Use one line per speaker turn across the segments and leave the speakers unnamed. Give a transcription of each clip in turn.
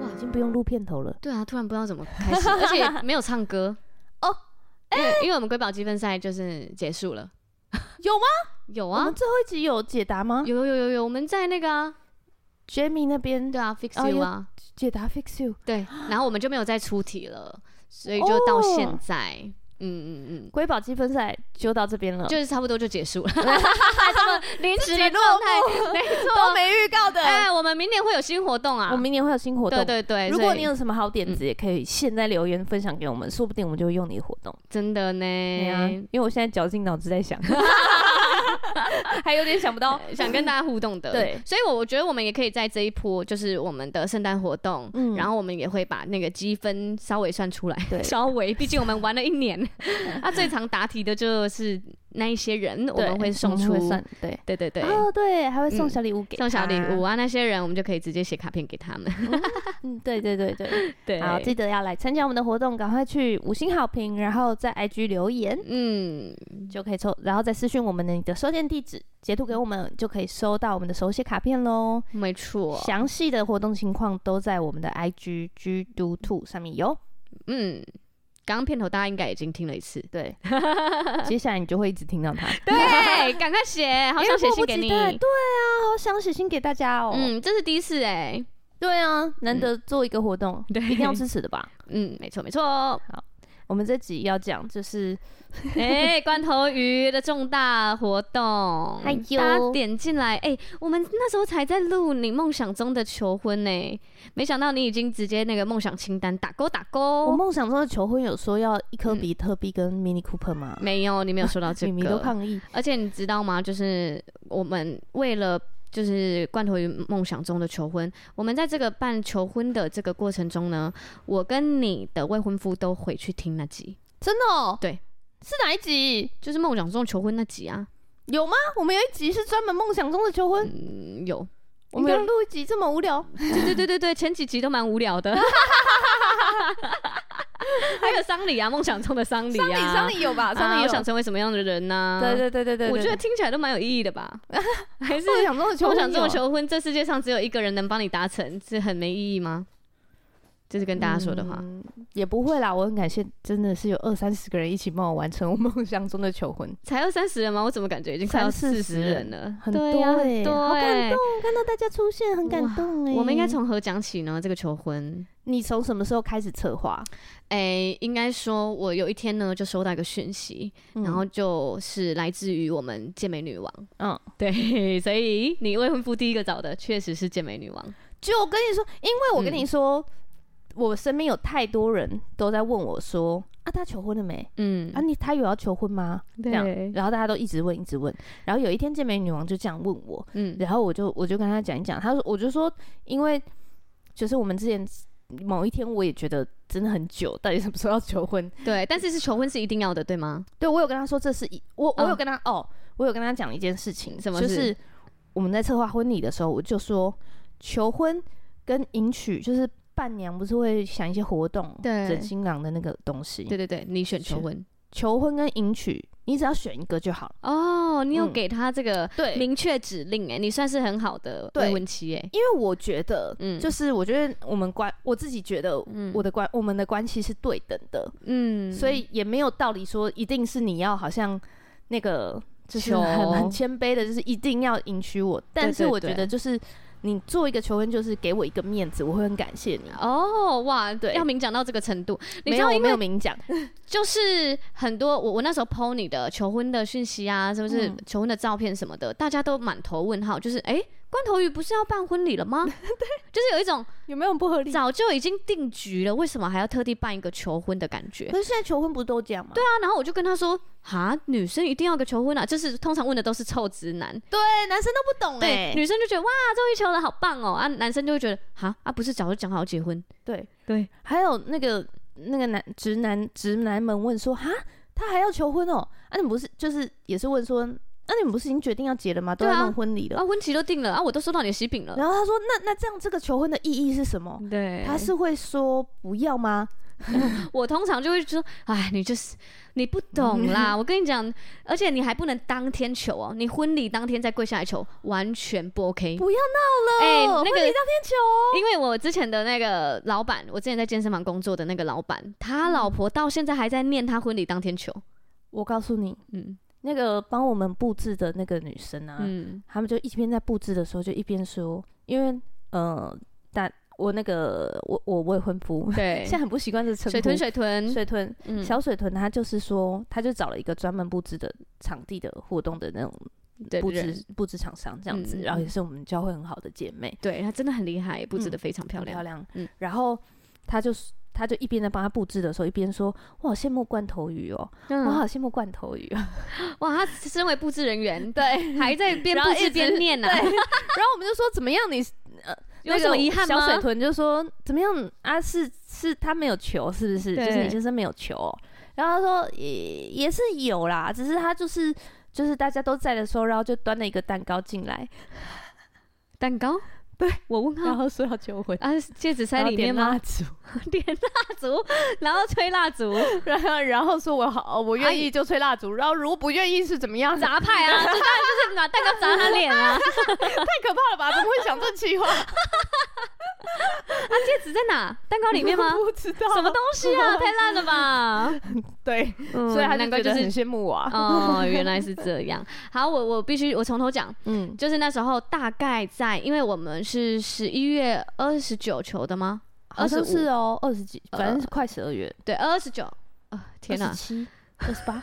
哇，已经不用录片头了，
对啊，突然不知道怎么开始， 而且没有唱歌
哦，
因为因为我们瑰宝积分赛就是结束了，
有吗？
有
我
啊
们，最后一集有解答吗
有有有有有，我们在那个啊，
？Jamie 那边
对啊，fix
哦
you
有
啊，
解答 fix you。
对，然后我们就没有再出题了，所以就到现
哦
在，嗯嗯嗯。
瑰宝积分赛就到这边了，
就是差不多就结束了，这么临
自
时的
己落
状态， 没
都
错。
没预告的。
哎，我们明年会有新活动啊！
我明年会有新活动，
对对对，
如
所
果
以嗯
你有什么好点子，也可以现在留言分享给我们，说不定我们就会用你的活动。
真的
对啊，
呢
因，为我现在绞尽脑汁在 想，还有点想不到。
想跟大家互动的，
对
所以我我觉得我们也可以在这一波，就是我们的圣诞活动，
嗯
然后我们也会把那个积分稍微算出来，
对
稍微，毕竟我们玩了一年， 那最常答题的就是那一些人，我
对
们会送出
我们，会算对
对对对。嗯
哦，对，还会送小礼物给
送小礼物
啊。
啊，那些人我们就可以直接写卡片给他们。
嗯，对对对 对，
对，
好，记得要来参加我们的活动，赶快去五星好评，然后在 IG 留言
嗯，
就可以抽，然后再私讯我们的你的收件地址，截图给我们就可以收到我们的手写卡片喽。
没错，
详细的活动情况都在我们的 IG G Do Two 上面 有。
嗯，刚刚片头大家应该已经听了 一次，
对，接下来你就会一直听到它。
对，赶快写，好想写信给你
哎。迫不及待对啊，好想写信给大家哦。嗯，
嗯，这是第一次哎、
对啊，难得做一个活 动，
对
一定 要支持的吧？
嗯，没错没错。
我们这集要讲就是
哎、关头鱼的重大活动，
哎呦
大家点进来。哎、我们那时候才在录你梦想中的求婚呢、没想到你已经直接那个梦想清单打勾打
我
勾。
梦想中的求婚，有说要一颗比特币跟 Mini Cooper 吗？
没有，你没有说到这
米米都
个。
抗议，
而且你知道吗？就是我们为了。就是罐头鱼梦想中的求婚。我们在这个办求婚的这个过程中呢，我跟你的未婚夫都回去听那集，
真的哦。
对，
是哪一集？
就是梦想中求婚那集啊。
有吗？我们有一集是专门梦想中的求婚，
嗯，有，
我们有录一集这么无聊，
对对对对对，前几集都蛮无聊 的。还有丧礼啊，梦想中的丧礼
丧礼
啊，
丧礼有吧？丧
啊
礼
我
有。
想成为什么样的人呢、
对对对对对，
我
对
觉得听起来都蛮有意义的吧？还是
梦想哦中的求
梦
婚，
想中的求婚，这世界上只有一个人能帮你达成，是很没意义吗？这是跟大家说的话。
嗯也不会啦。我很感谢，真的是有二三十个人一起帮我完成我梦想中的求 婚，
才二三十人吗？我怎么感觉已经快要
三
四
四
十
十
人了？
很多
对呀、
欸
很多
好感
欸
动看到大家出现很感
哇
动哎、
我们应该从何讲起呢？这个求婚，
你从什么时候开始策划？
诶、应该说，我有一天呢就收到一个讯息，
嗯
然后就是来自于我们健美女王，
嗯，
对，所以你未婚夫第一个找的确实是健美女王，
就我跟你说，因为我跟你说，我身边有太多人都在问我说啊，他求婚了没？
嗯
啊，你他有要求婚吗？这样，
对，
然后大家都一直问，一直问。然后有一天，健美女王就这样问我，
嗯
然后我就我就跟他讲一讲，他说我就说，因为就是我们之前某一天我也觉得真的很久，到底什么时候要求婚？
对，但是是求婚是一定要的，对吗？
对我有跟他说这是一我我
嗯
有跟他、哦，我有跟他讲一件事情，
什么
就
事
是我们在策划婚礼的时候，我就说求婚跟迎娶就是伴娘不是会想一些活动，
对
整新郎的那个东
对
西，
对对，你选
是
求婚
求婚跟迎娶你只要选一个就好了。
哦，你有
嗯
给他这个
对
明确指令、哎，你算是很好的
对
未婚妻、哎，
因为我觉得，
嗯
就是我觉得我们关我自己觉得
嗯
我的关、我们的关系是对等的，
嗯，
所以也没有道理说一定是你要好像那个就是
求
很很谦卑的，就是一定要迎娶我。但是
对
我觉
对
得就是你做一个求婚，就是给我一个面子，我会很感谢你。
哦，哇，
对
要明讲到这个程度，你
没
知
有，
道，
我
因为
没有明讲，
就是很多我我那时候 PO 你的求婚的讯息啊，是不是
嗯
求婚的照片什么的，大家都满头问号，就是哎、诶关头鱼不是要办婚礼了吗？对，就是有一种
有没有不合理？
早就已经定局了，为什么还要特地办一个求婚的感觉？
可是现在求婚不都这样吗？对
啊，然后我就跟他说，哈，女生一定要个求婚啊，就是通常问的都是臭直男，
对，啊男生都不懂
对，
哎、
女生就觉得哇，终于求了，好棒哦，啊，男生就会觉得哈，啊，不是早就讲好结婚，
对，
对，
还有那个那个男直男直男们问说：“哈，他还要求婚哦？啊，你们不是就是也是问说，啊，你们不是已经决定要结了吗？都
对
要
啊
弄婚礼了。
啊，婚期都定了啊，我都收到你的喜饼了。
然后他说：“那那这样这个求婚的意义是什么？”
对，
他是会说不要吗？
我通常就会说，哎，你就是你不懂
嗯
啦。我跟你讲，而且你还不能当天求哦，你婚礼当天再跪下来求，完全不 OK。
不要闹了，
哎那个
婚礼当天求哦。
因为我之前的那个老板，我之前在健身房工作的那个老板，
嗯
他老婆到现在还在念他婚礼当天求。
我告诉你，
嗯
那个帮我们布置的那个女生啊，
嗯
他们就一边在布置的时候，就一边说，因为呃，但我那个我我未婚夫，
对
现，在很不习惯这个称呼，
水豚水豚，
水豚
嗯
小水豚，他就是说，他就找了一个专门布置的场地的活动的那种
对
布
人
置布置厂商这样子，
嗯嗯
然后也是我们教会很好的姐妹，
对她真的很厉害，布置
嗯
的非常漂
很
亮。
漂亮，
嗯
然后他就是。他就一边在帮他布置的时候，一边说：“我好羡慕罐头鱼哦，我好
嗯，
羡慕罐头鱼 哦。
哇，她身为布置人员，
对，
还在边
然
布
后一
置
直
边念呐、
对 然后我们就说：“怎么样你？
有什么遗憾
小
吗
水？豚就说：“怎么样啊？是是他没有球，是不是？就
对
是你先生没有球哦、然后他说：“也也是有啦，只是他就是就是大家都在的时候，然后就端了一个蛋糕进来，
蛋糕？
对
我问
然
号
后说要求婚，
啊，戒指塞
然后
里
点
面吗
蜡？烛，
点蜡烛，然后吹蜡烛，
然后然后说我好，我愿意就吹蜡烛，然后如果不愿意是怎么 样？
砸派 啊，就当然就是拿蛋糕砸他脸 啊。
太可怕了吧？怎么会想这句 话？？
戒指在哪？蛋糕里面 吗
不知道
什么东西 啊？太烂了吧！
对，
嗯
所以他就
难怪
觉
就
得很
是。
羡慕我、啊。
哦，原来是这样。好，我我必须我从头讲，
嗯，
就是那时候大概在，因为我们是十一月二十九求的吗？
好像
25
是哦，二十几，反正是快十二月，
对，二十九。啊天哪、
七、二十 八，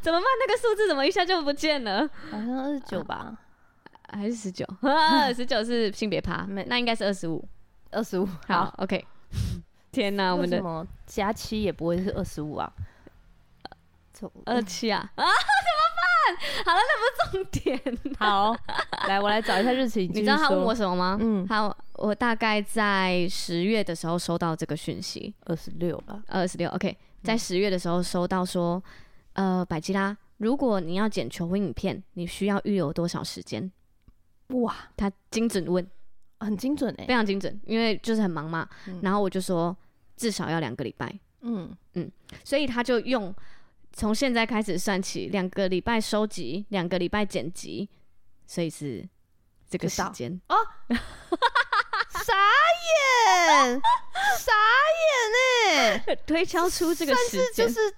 怎么办？那个数字怎么一下就不见了？
好像二十九吧，
还是十九？ 二十九是性别趴
没，
那应该是二十五。
二十五。
好，OK。天哪，
那
我们
为
的
什么加七也不会是二十五啊？呃
二七啊
嗯
啊，怎么办？好了，那不是重点。
好，来我来找一下日期。
你知道他问我什么吗？
嗯
他我大概在十月的时候收到这个讯息，
二十六吧？
二十六，OK，在
嗯
十月的时候收到说，呃，百吉拉，如果你要剪求婚影片，你需要预留多少时间？
哇，
他精准问，
很精准哎、
非常精准，因为就是很忙嘛。
嗯
然后我就说至少要两个礼拜，
嗯，
所以他就用从现在开始算起，两个礼拜收集，两个礼拜剪辑，所以是这个
就
时
到
间。
傻眼，傻眼哎、
推敲出这个
算
时
是
间，
就是。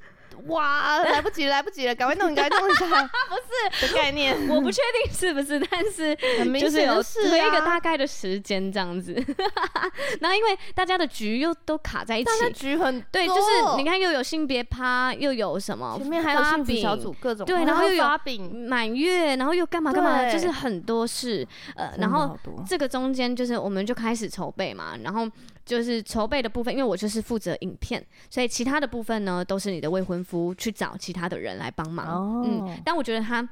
哇，来不及，来不及了，赶快弄，赶快弄一下。不是的概念，
我不确定是不是，但是
很明
就是
显
有
是
推一个
啊
大概的时间这样子。 然后因为大家的局又都卡在一起
大，家局很
对，就
多
是你看又有性别趴，又有什么
前面还有
发
幸福小
饼
组各种，
对
哦
然后
还
又有
发饼，
满月，然后又干嘛干嘛，
对
就是很多事。呃，然
真的
后
好多
这个中间就是我们就开始筹备嘛，然后就是筹备的部分，因为我就是负责影片，所以其他的部分呢都是你的未婚夫去找其他的人来帮忙。
哦
嗯，但我觉得他。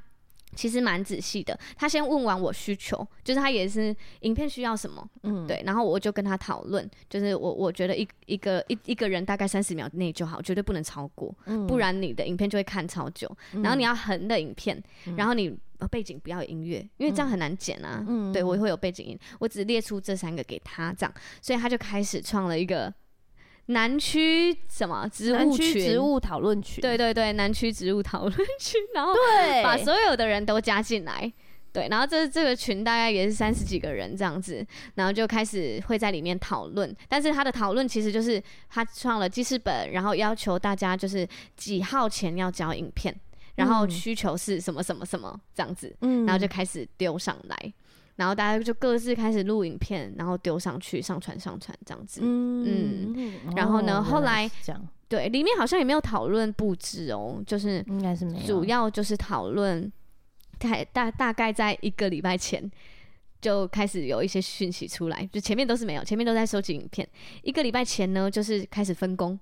其实蛮仔细的，他先问完我需求，就是他也是影片需要什么，
嗯，
对，然后我就跟他讨论，就是我我觉得一一个一一个人大概三十秒内就好，绝对不能超过，
嗯
不然你的影片就会看超久。然后你要横的影片，然后你呃背景不要有音乐，因为这样很难剪啊。
嗯
对我会有背景音，我只列出这三个给他这样，所以他就开始创了一个南区什么植
南
物
区
群，
植物讨论群，
对对对，南区植物讨论区， 然后
对
把所有的人都加进来。对，然后这这个群大概也是三十几个人这样子，然后就开始会在里面讨论。但是他的讨论其实就是他创了记事本，然后要求大家就是几号前要交影片，然后
嗯
需求是什么什么什么这样子，
嗯
然后就开始丢上来，然后大家就各自开始录影片，然后丢上去上传上传这样子。
嗯嗯
然后呢后来
讲
对，里面好像也没有讨论布置哦，就是
应该是没有
主要就是讨论，大大大概在一个礼拜前就开始有一些讯息出来，就前面都是没有，前面都在收集影片。一个礼拜前呢，就是开始分工，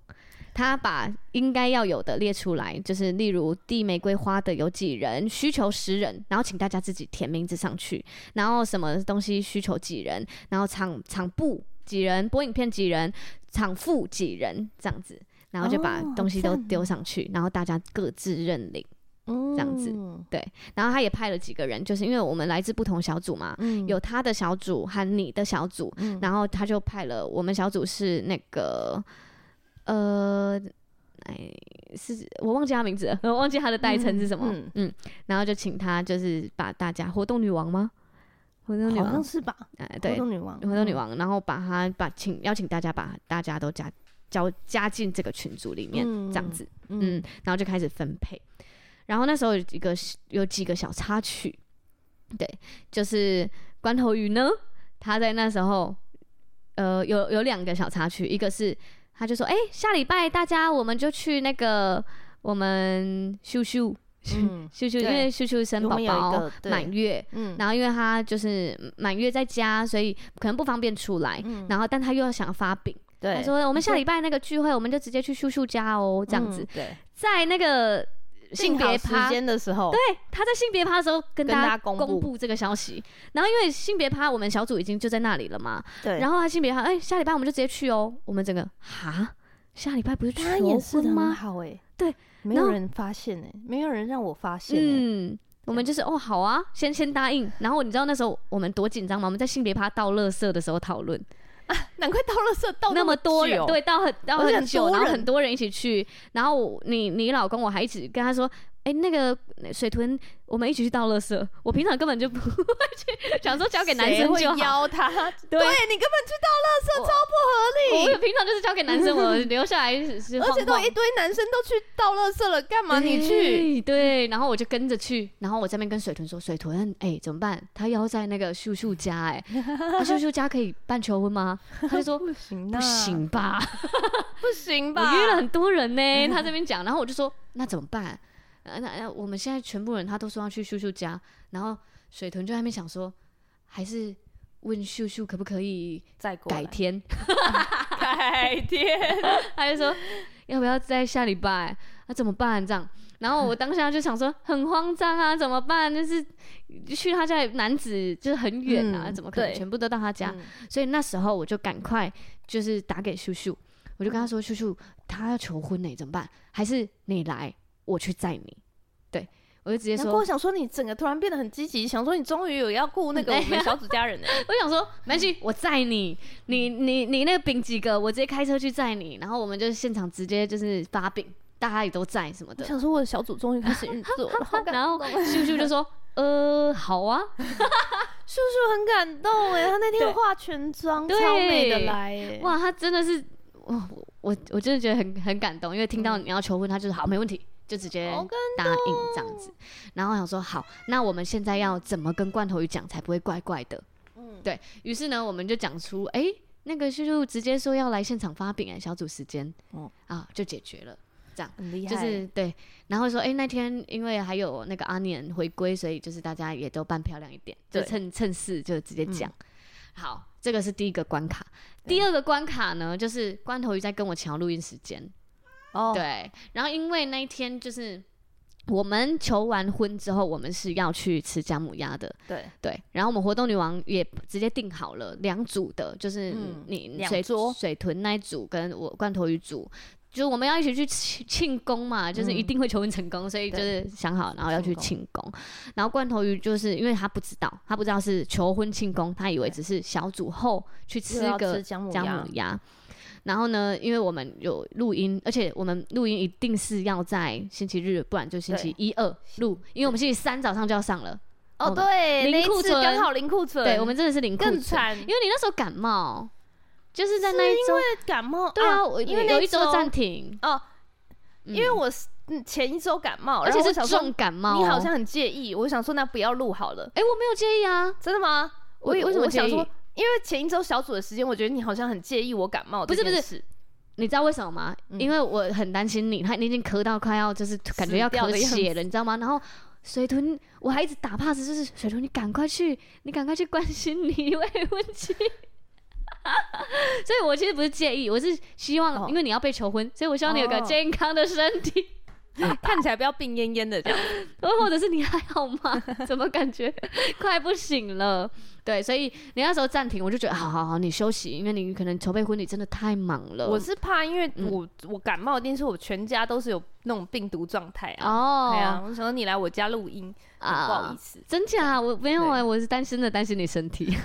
他把应该要有的列出来，就是例如递玫瑰花的有几人，需求十人，然后请大家自己填名字上去，然后什么东西需求几人，然后场场布。几人播影片？几人场负几人这样子，然后就把
哦
东西
好
都
赞哦
丢上去，然后大家各自认领。
这
样子然后他也派了几个人，就是因为我们来自不同小组嘛，
嗯
有他的小组和你的小组，
嗯
然后他就派了我们小组是那个，呃，哎，是我忘记他名字了，我忘记他的代称是什么，嗯
嗯
然后就请他就是把大家活动女王吗？活动女
嗯好像
王，
是吧？
哎、
活
对，
动女王，嗯
活动女王，然后把他把请邀请大家把大家都加交加进这个群组里面，
嗯
这样子，
嗯，
嗯，然后就开始分配。然后那时候有一个有几个小插曲，对，就是关头鱼呢，他在那时候，呃，有有两个小插曲，一个是他就说，哎、下礼拜大家我们就去那个我们秀秀
嗯
秀秀，因
对
为秀秀生
我
宝
们有一
宝
个对
满月，
嗯
然后因为他就是满月在家，所以可能不方便出来，
嗯
然后但他又要想发饼，
对，
他说我们下礼拜那个聚会我们就直接去秀秀家哦，这样子
嗯，对，
在那个性别
幸好
趴
时，间的时候，
对，他在性别趴的时候跟
跟
大
大
家
家公
公
布
布这个消息。然后因为性别趴，我们小组已经就在那里了嘛，
对然
然
后
后他性别趴，哎、下礼拜我们就直接去哦。我们整个哈，下礼拜不是
他
求
演示
婚
的很
吗？
好哎，
对，
没
然
有
后
人发现哎，没有人让我发现哎，
嗯。我们就是哦，好啊，先先答应。然后你知道那时候我们多紧张吗？我们在性别趴倒垃圾的时候讨论，
难怪到了社到
那么多人
久，
对，到很到
而且
很
很
久，
多
然后
人
很多人一起去，然后我你你老公我还一直跟他说，哎、那个水豚，我们一起去倒垃圾。我平常根本就不会去， 想说交给男
谁
生
会
就好。
邀他，对
对
你根本知道乐色
我
超不合
我
理。
平常就是交给男生，我留下来是是
而且都
晃晃
一堆男生都去倒垃圾了，干嘛你去？
对对，然后我就跟着去，然后我这边跟水豚说，水豚，哎、怎么办？他邀在那个秀秀家、哎、啊秀秀家可以办求婚吗？他就说
不行，啊
不，行吧。
不行吧？嗯
我约了很多人呢，他这边讲，然后我就说那怎么办？呃，那那我们现在全部人他都说要去秀秀家，然后水豚就在那边想说，还是问秀秀可不可以
再过来
改天？
改天，
他就说要不要在下礼拜？那、怎么办？这样，然后我当下就想说很慌张啊，怎么办？就是去他家里男子就是很远啊，
嗯
怎么可能
对
全部都到他家？所以那时候我就赶快就是打给秀秀，我就跟他说：“秀秀，他要求婚呢、怎么办？还是你来，我去载你？”对，我就直接
难
说，
怪我想说你整个突然变得很积极，想说你终于有要顾 那个我们小组家人了。
我想说，没关系，我载你，你你你那个饼几个，我直接开车去载你，然后我们就现场直接就是发饼，大家也都在什么
我
的。
想说我的小组终于开始运作了， 好感
然后秀秀就说：“呃，好啊，
叔叔很感动哎，他那
对
天化全妆，
对
超美的来哎，
哇，他真的是，哇我我我真的觉得很很感动，因为听到你要求婚，他就是好，没问题，就直接
好感
答应这样子。然后我想说，好，那我们现在要怎么跟罐头鱼讲才不会怪怪的？
嗯，
对于是呢，我们就讲出，哎、那个秀秀直接说要来现场发饼哎、小组时间，
哦
啊，就解决了。
很厉害，
就是对，然后说，哎、那天因为还有那个阿年回归，所以就是大家也都扮漂亮一点，就
对
趁趁势就直接讲。
嗯
好，这个是第一个关卡。第二个关卡呢，就是关头鱼在跟我抢录音时间。
哦，
对，然后因为那一天就是我们求完婚之后，我们是要去吃姜母鸭的。
对，
对，然后我们活动女王也直接定好了两组的，就是
嗯
你
两
水
桌
水豚那一组跟我罐头鱼组，就是我们要一起去庆庆功嘛，就是一定会求婚成功，所以就是想好，然后要去庆功。然后罐头鱼就是因为他不知道，他不知道是求婚庆功，他以为只是小组后去吃
又要
个
啊吃姜母
姜
鸭
母，鸭。然后呢，因为我们有录音，而且我们录音一定是要在星期日，不然就星期一二录，因为我们星期三早上就要上了。
哦
嗯
对，
零
那一
库
次
存
刚好零库存，
对，我们真的是零库
更
存，
惨，
因为你那时候感冒，就是在那一周，
感冒，
对啊，我
因为那
有一周
周
暂停，
哦，
嗯
因为我是嗯前一周感冒，
而
然
且
后
是
我想说
重感冒哦，
你好像很介意，我想说那不要录好了，
哎，我没有介意啊，
真的吗？
我
我以
为什么
我想
介意
说，因为前一周小组的时间，我觉得你好像很介意我感冒
不
这
是
件
不
事，
是 你知道为什么吗？
嗯
因为我很担心你，他你已经咳到快要就是感觉要
死掉
咳
的样
血了，你知道吗？然后水豚，我还一直打 pass，就是水豚，你赶快去，你赶快去关心你慰问期。 所以，我其实不是介意，我是希望，
哦
因为你要被求婚，所以我希望你有个
哦
健康的身体。 哦
看起来不要病恹恹的这样。
或者是你还好吗？ 怎么感觉快不行了？对，所以你那时候暂停，我就觉得好好好，你休息，因为你可能筹备婚礼真的太忙了。
我是怕，因为
嗯
我我感冒，一定是我全家都是有那种病毒状态啊。
哦，
对啊，我想说你来我家录音，
啊
不好意思。
真假？我没有
对
哎、我是担心的，担心你身体。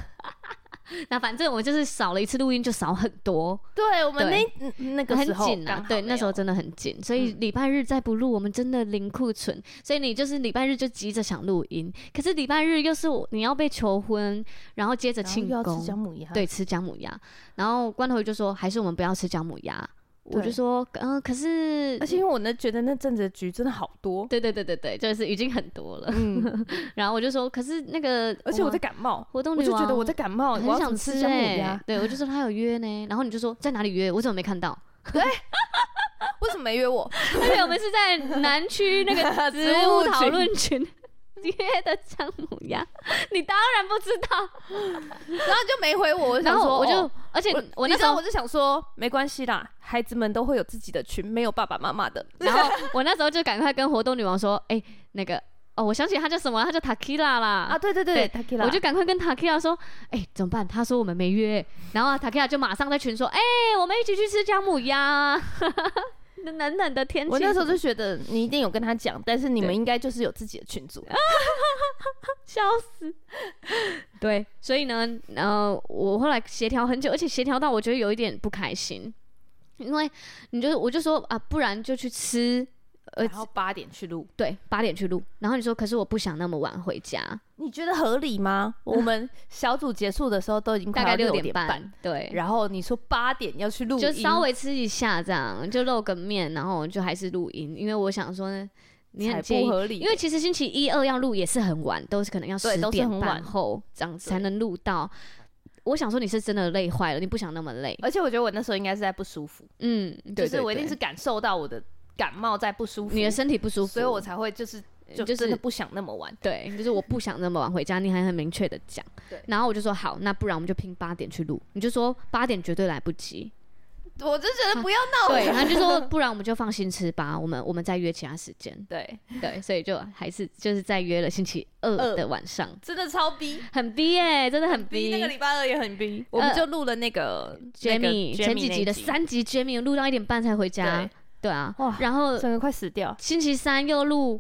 那反正我就是少了一次录音，就少很多，
对我们
对
那嗯那个
很
时候
紧
刚
啊
好。
对，
没
那时候
有嗯
真的很紧，所以礼拜日再不录，我们真的零库存。所以你就是礼拜日就急着想录音，可是礼拜日又是我你要被求婚，然后接着
然后
庆
又要吃姜
功，
母鸭，
对，吃姜母鸭。然后关头鱼就说，还是我们不要吃姜母鸭。我就
对
说，嗯、可是
而，且因为我呢觉得那阵子的局真的好多，
对对对对对，就是已经很多了。
嗯，
然后我就说，可是那个，
而且我在感 冒，
活动
我
女
就觉得
王
我在感冒，我
很
要怎
想
么
吃
吃姜母
欸
鸭，
对我就说他有约呢，然后你就说在哪里约？我怎么没看 到？
为什么没约我？
而且我们是在南区那个 植
植
物
物
讨
群
论群 约的姜母鸭，你当然不知道。
然后就没回我，我就
然
想
后
说
我就
哦，
而且我
你知
那时
道
候
我，就想说，没关系啦，孩子们都会有自己的群，没有爸爸妈妈的。
然后我那时候就赶快跟活动女王说，哎，那个哦，我想起他叫什么，他叫 Takira
啊，
啦。
对对
对
对，他给了，
我就赶快跟 Takira 说，哎、怎么办？他说我们没约，然后 Takira 就马上在群说，哎、我们一起去吃姜母鸭。 冷冷的天气，
我那时候就觉得你一定有跟他讲，但是你们应该就是有自己的群组。
笑死。对，所以呢，呃，我后来协调很久，而且协调到我觉得有一点不开心，因为你就我就说啊，不然就去吃，呃
然，后八点去录，
对，八点去录，然后你说可是我不想那么晚回家，
你觉得合理 吗？我们小组结束的时候都已经快
大
要
概
六
点
半，，
对。
然后你说八点要去录
就
音，
稍微吃一下这样，就露个面，然后就还是录音，因为我想说呢，你
才
很介意
不，合理，
因为其实星期一、二要录也是很晚，都是可能要十
对都是
点
很
半
晚
后这样子
对
才能录到。我想说你是真的累坏了，你不想那么累。
而且我觉得我那时候应该是在不舒服，
嗯，
就
对
是我一定是
对
感受到我的感冒在不舒服，
你的身体不舒服，
所以我才会就是就
就是
真的不想那么晚。
对，就是我不想那么晚回家，你还很明确的讲。
对
然后我就说好，那不然我们就拼八点去录，你就说八点绝对来不及。
我就觉得不要闹
啊对，然
了。
后就说不然我们就放心吃吧，我们我们再约其他时间。
对，
对，所以就还是就是再约了星期二
二
的晚上，
真的超逼，
很逼哎、真的很
逼
逼。呃
那个礼拜二也很逼，我们就录了那个
Jamie
那个
前
Jamie
几集
那
的
一集
三集 Jamie 录到一点半才回家
对，
对啊
哇，
然后
整个快死掉。
星期三又录，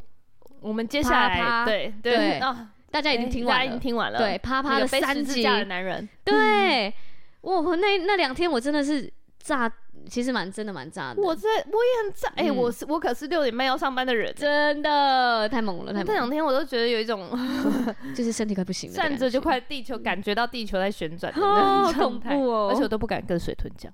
我们接下
啪
来
啪
对
对哦
啊，
大家已经听
大家
完
已
了
经，听完了，
对，，啪啪
那
的
个被
三
十字
集，
架的男人，
对，
嗯
我我那那两天我真的是炸，其实蛮真的蛮炸的，
我这我也很在，哎，
嗯
我是我可是六点半要上班的人。
真的太猛了，太
这
猛
两
了，
天我都觉得有一种
就是身体快不行了，啊
站着就快地球，感觉到地球在旋转的
哦
那种状
恐
态
怖哦
而且我都不敢跟水豚讲。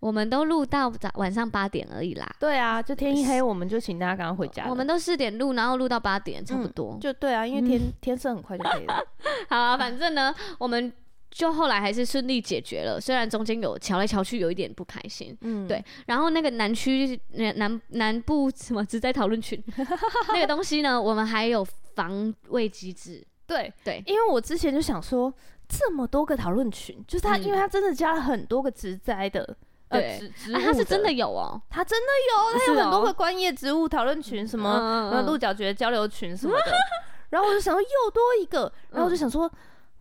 我们都录到早晚上八点而已啦，
对啊，就天一黑，我们就请大家赶快回家了。
我们都四点录，然后录到八点差不多。
就对啊，因为
嗯
天天色很快就黑了。
好啊，反正呢，我们就后来还是顺利解决了，虽然中间有瞧来瞧去有一点不开心。
嗯
对，然后那个南区呃南南部什么只在讨 论群那个东西呢，我们还有防卫机制，
对
对
因为我之前就想说，这么多个讨论群，就是他，
嗯
因为他真的加了很多个植栽的，
对
呃，植植物、
啊，它是真的，有哦，
他真的有，他
是
有
哦
很多个观叶植物讨论群，什
什
么呃 鹿角蕨交流群什么 的。然后我就想说又多一个，然后我就想说，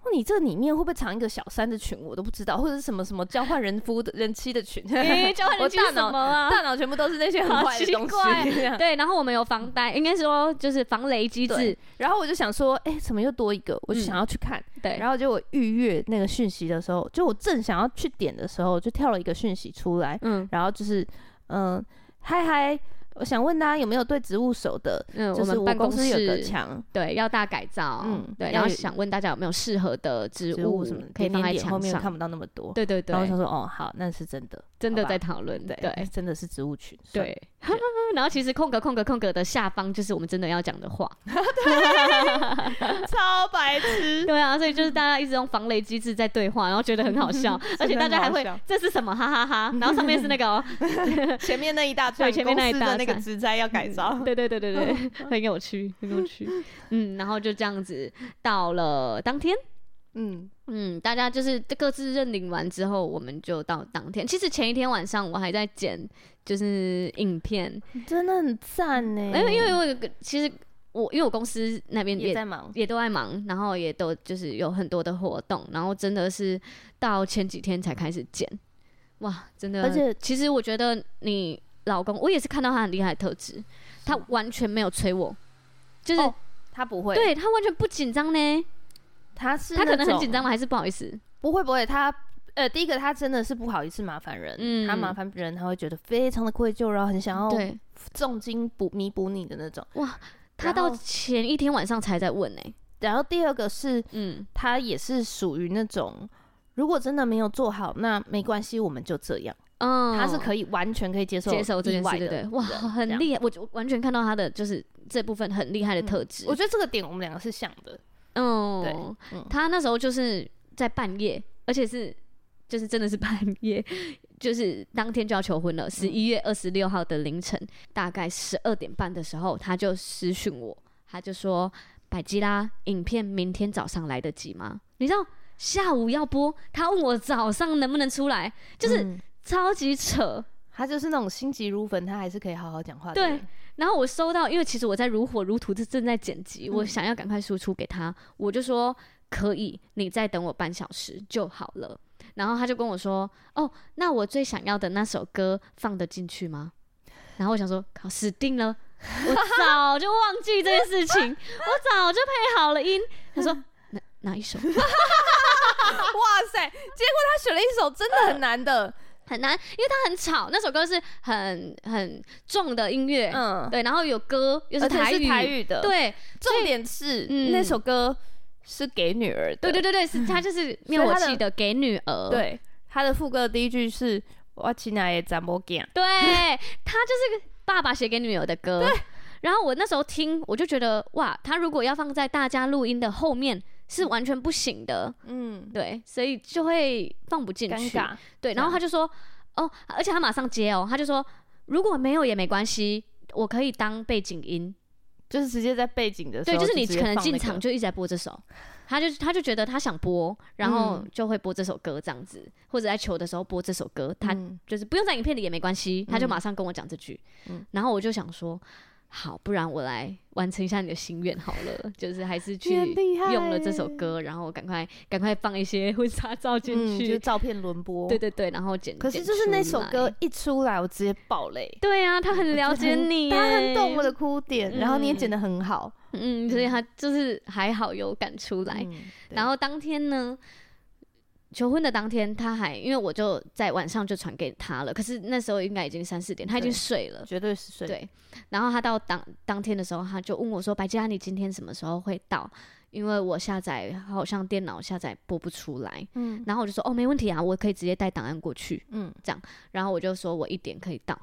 哇你这里面会不会藏一个小三的群，我都不知道，或者是什么什么交换人夫的人妻的群，
诶，哎交换
我
人机是
大
什
脑
么啊？
大脑全部都是那些很
好
坏的
奇
东西
怪。
这样
对，然后我们有防呆，应该说就是防雷机制
对。然后我就想说，哎、怎么又多一个？我就想要去看。
对，
然后就我预约那个讯息的时候，就我正想要去点的时候，就跳了一个讯息出来，
嗯
然后就是，嗯，嗨嗨，我想问大家有没有对植物熟的？
嗯，
就是
们
我
办公
公司有个
室
墙，
对要大改造，
嗯
对，
要
然后
有
想问大家有没有适合的植
植物什么
可以
点
放
点
在
点后
墙
面看
上？
不到那么多。
对对对
然后，我想说，哦，好，那是真的，
真
好
的
吧
在讨论，
对
对
真的是植物群。算了，
对。 然后其实空格空格空格的下方就是我们真的要讲 的话，
超白 痴。
对啊，所以就是大家一直用防雷机制在对话，然后觉得很好笑，而且大家还会
真的很好笑
这是什么哈哈哈，然后上面是那个哦
前面那一大串，
对前面那一
公司
大
的那个
串
植栽要改造。
嗯对对对对 嗯对，很有趣，很有趣。嗯，然后就这样子到了当天，
嗯，
嗯，大家就是各自认领完之后，我们就到当天。其实前一天晚上我还在剪，就是影片，
真的很赞呢。
因为因为我有个其实我因为我公司那边
也
也
在忙，
也都在忙，然后也都就是有很多的活动，然后真的是到前几天才开始剪，哇，真的！
而且
其实我觉得你老公，我也是看到他很厉害的特质，他完全没有催我，就是、
哦他不会，
对他完全不紧张呢，
他是
他可能
那
很
种
紧张吗？还是不好意思？
不会不会，他呃，第一个他真的是不好意思麻烦人，
嗯
他麻烦人他会觉得非常的愧疚，然后很想要
对，
重金补弥补你的那种。
他
然
到
后
前一天晚上才在问呢、
然后第二个是
嗯，
他也是属于那种，如果真的没有做好，那没关系，我们就这样，
嗯，
他是可以完全可以接受
接受这件
意外
事，
的
对对，哇，
人这
很
样
厉害！我我完全看到他的就是这部分很厉害的
嗯
特质。
我觉得这个点我们两个是像的，
嗯，
嗯
他那时候就是在半夜，而且是就是真的是半夜， 就是当天就要求婚
嗯
了，十一月二十六号的凌晨，大概十二点半的时候，他就私讯我，他就说：“百吉拉，影片明天早上来得及吗？”你知道下午要播，他问我早上能不能出来，就是
嗯
超级扯。
他就是那种心急如焚，他还是可以好好讲话的
对
人。
然后我收到，因为其实我在如火如荼的正在剪辑，
嗯
我想要赶快输出给他，我就说可以，你再等我半小时就好了。然后他就跟我说：“哦，那我最想要的那首歌放得进去吗？”然后我想说，靠，死定了，我早就忘记这件事情，我早就配好了音。他说：“哪哪一首？
哇塞！结果他选了一首真的很难的，
很难，因为它很吵，那首歌是很很重的音乐，
嗯，
对，然后有歌又是
而且
台
是
语，
台语的，
对，
重点是、
嗯
那首歌是给女儿的，呃
对对对对，是他就是灭火器的给女儿，
对，他的副歌的第一句是“我亲爱的怎么讲
对，他就是爸爸写给女儿的歌。然后我那时候听，我就觉得哇，他如果要放在大家录音的后面是完全不行的，”，
嗯，
对，所以就会放不进
尴
去。
尬，
对，然后他就说哦，而且他马上接哦，他就说如果没有也没关系。我可以当背景音，
就是直接在背景的时
对，
候，
就是你
直接
可能
放那
进
个
场就一直在播这首，他就他就觉得他想播，然后
嗯
就会播这首歌这样子，或者在球的时候播这首歌，他
嗯
就是不用在影片里也没关系，他就
嗯
马上跟我讲这句，
嗯
然后我就想说，好，不然我来完成一下你的心愿好了，就是还是去
你很厉害
用了这首
耶
歌，然后赶快赶快放一些 婚纱照进
嗯，就
去，
是照片轮播，
对对对，然后剪，
可是
剪
就是那
出
首
来
歌，一出来，我直接爆泪。
对啊，他很了
我觉
解
得很
你耶，
他很懂我的哭点，然后你也
嗯
剪得很好，
嗯，所以他就是还好有赶出来，
嗯对
哎然后当天呢，求婚的当天，他还因为我就在晚上就传给他了，可是那时候应该已经三四点，他已经
对
睡了。
绝对是睡，
对，然后他到当当天的时候，他就问我说：“白嘉，你今天什么时候会到？因为我下载好像电脑下载播不出来。”
嗯
然后我就说：“哦，没问题啊，我可以直接带档案过去。
嗯”
然后我就说我一点可以到，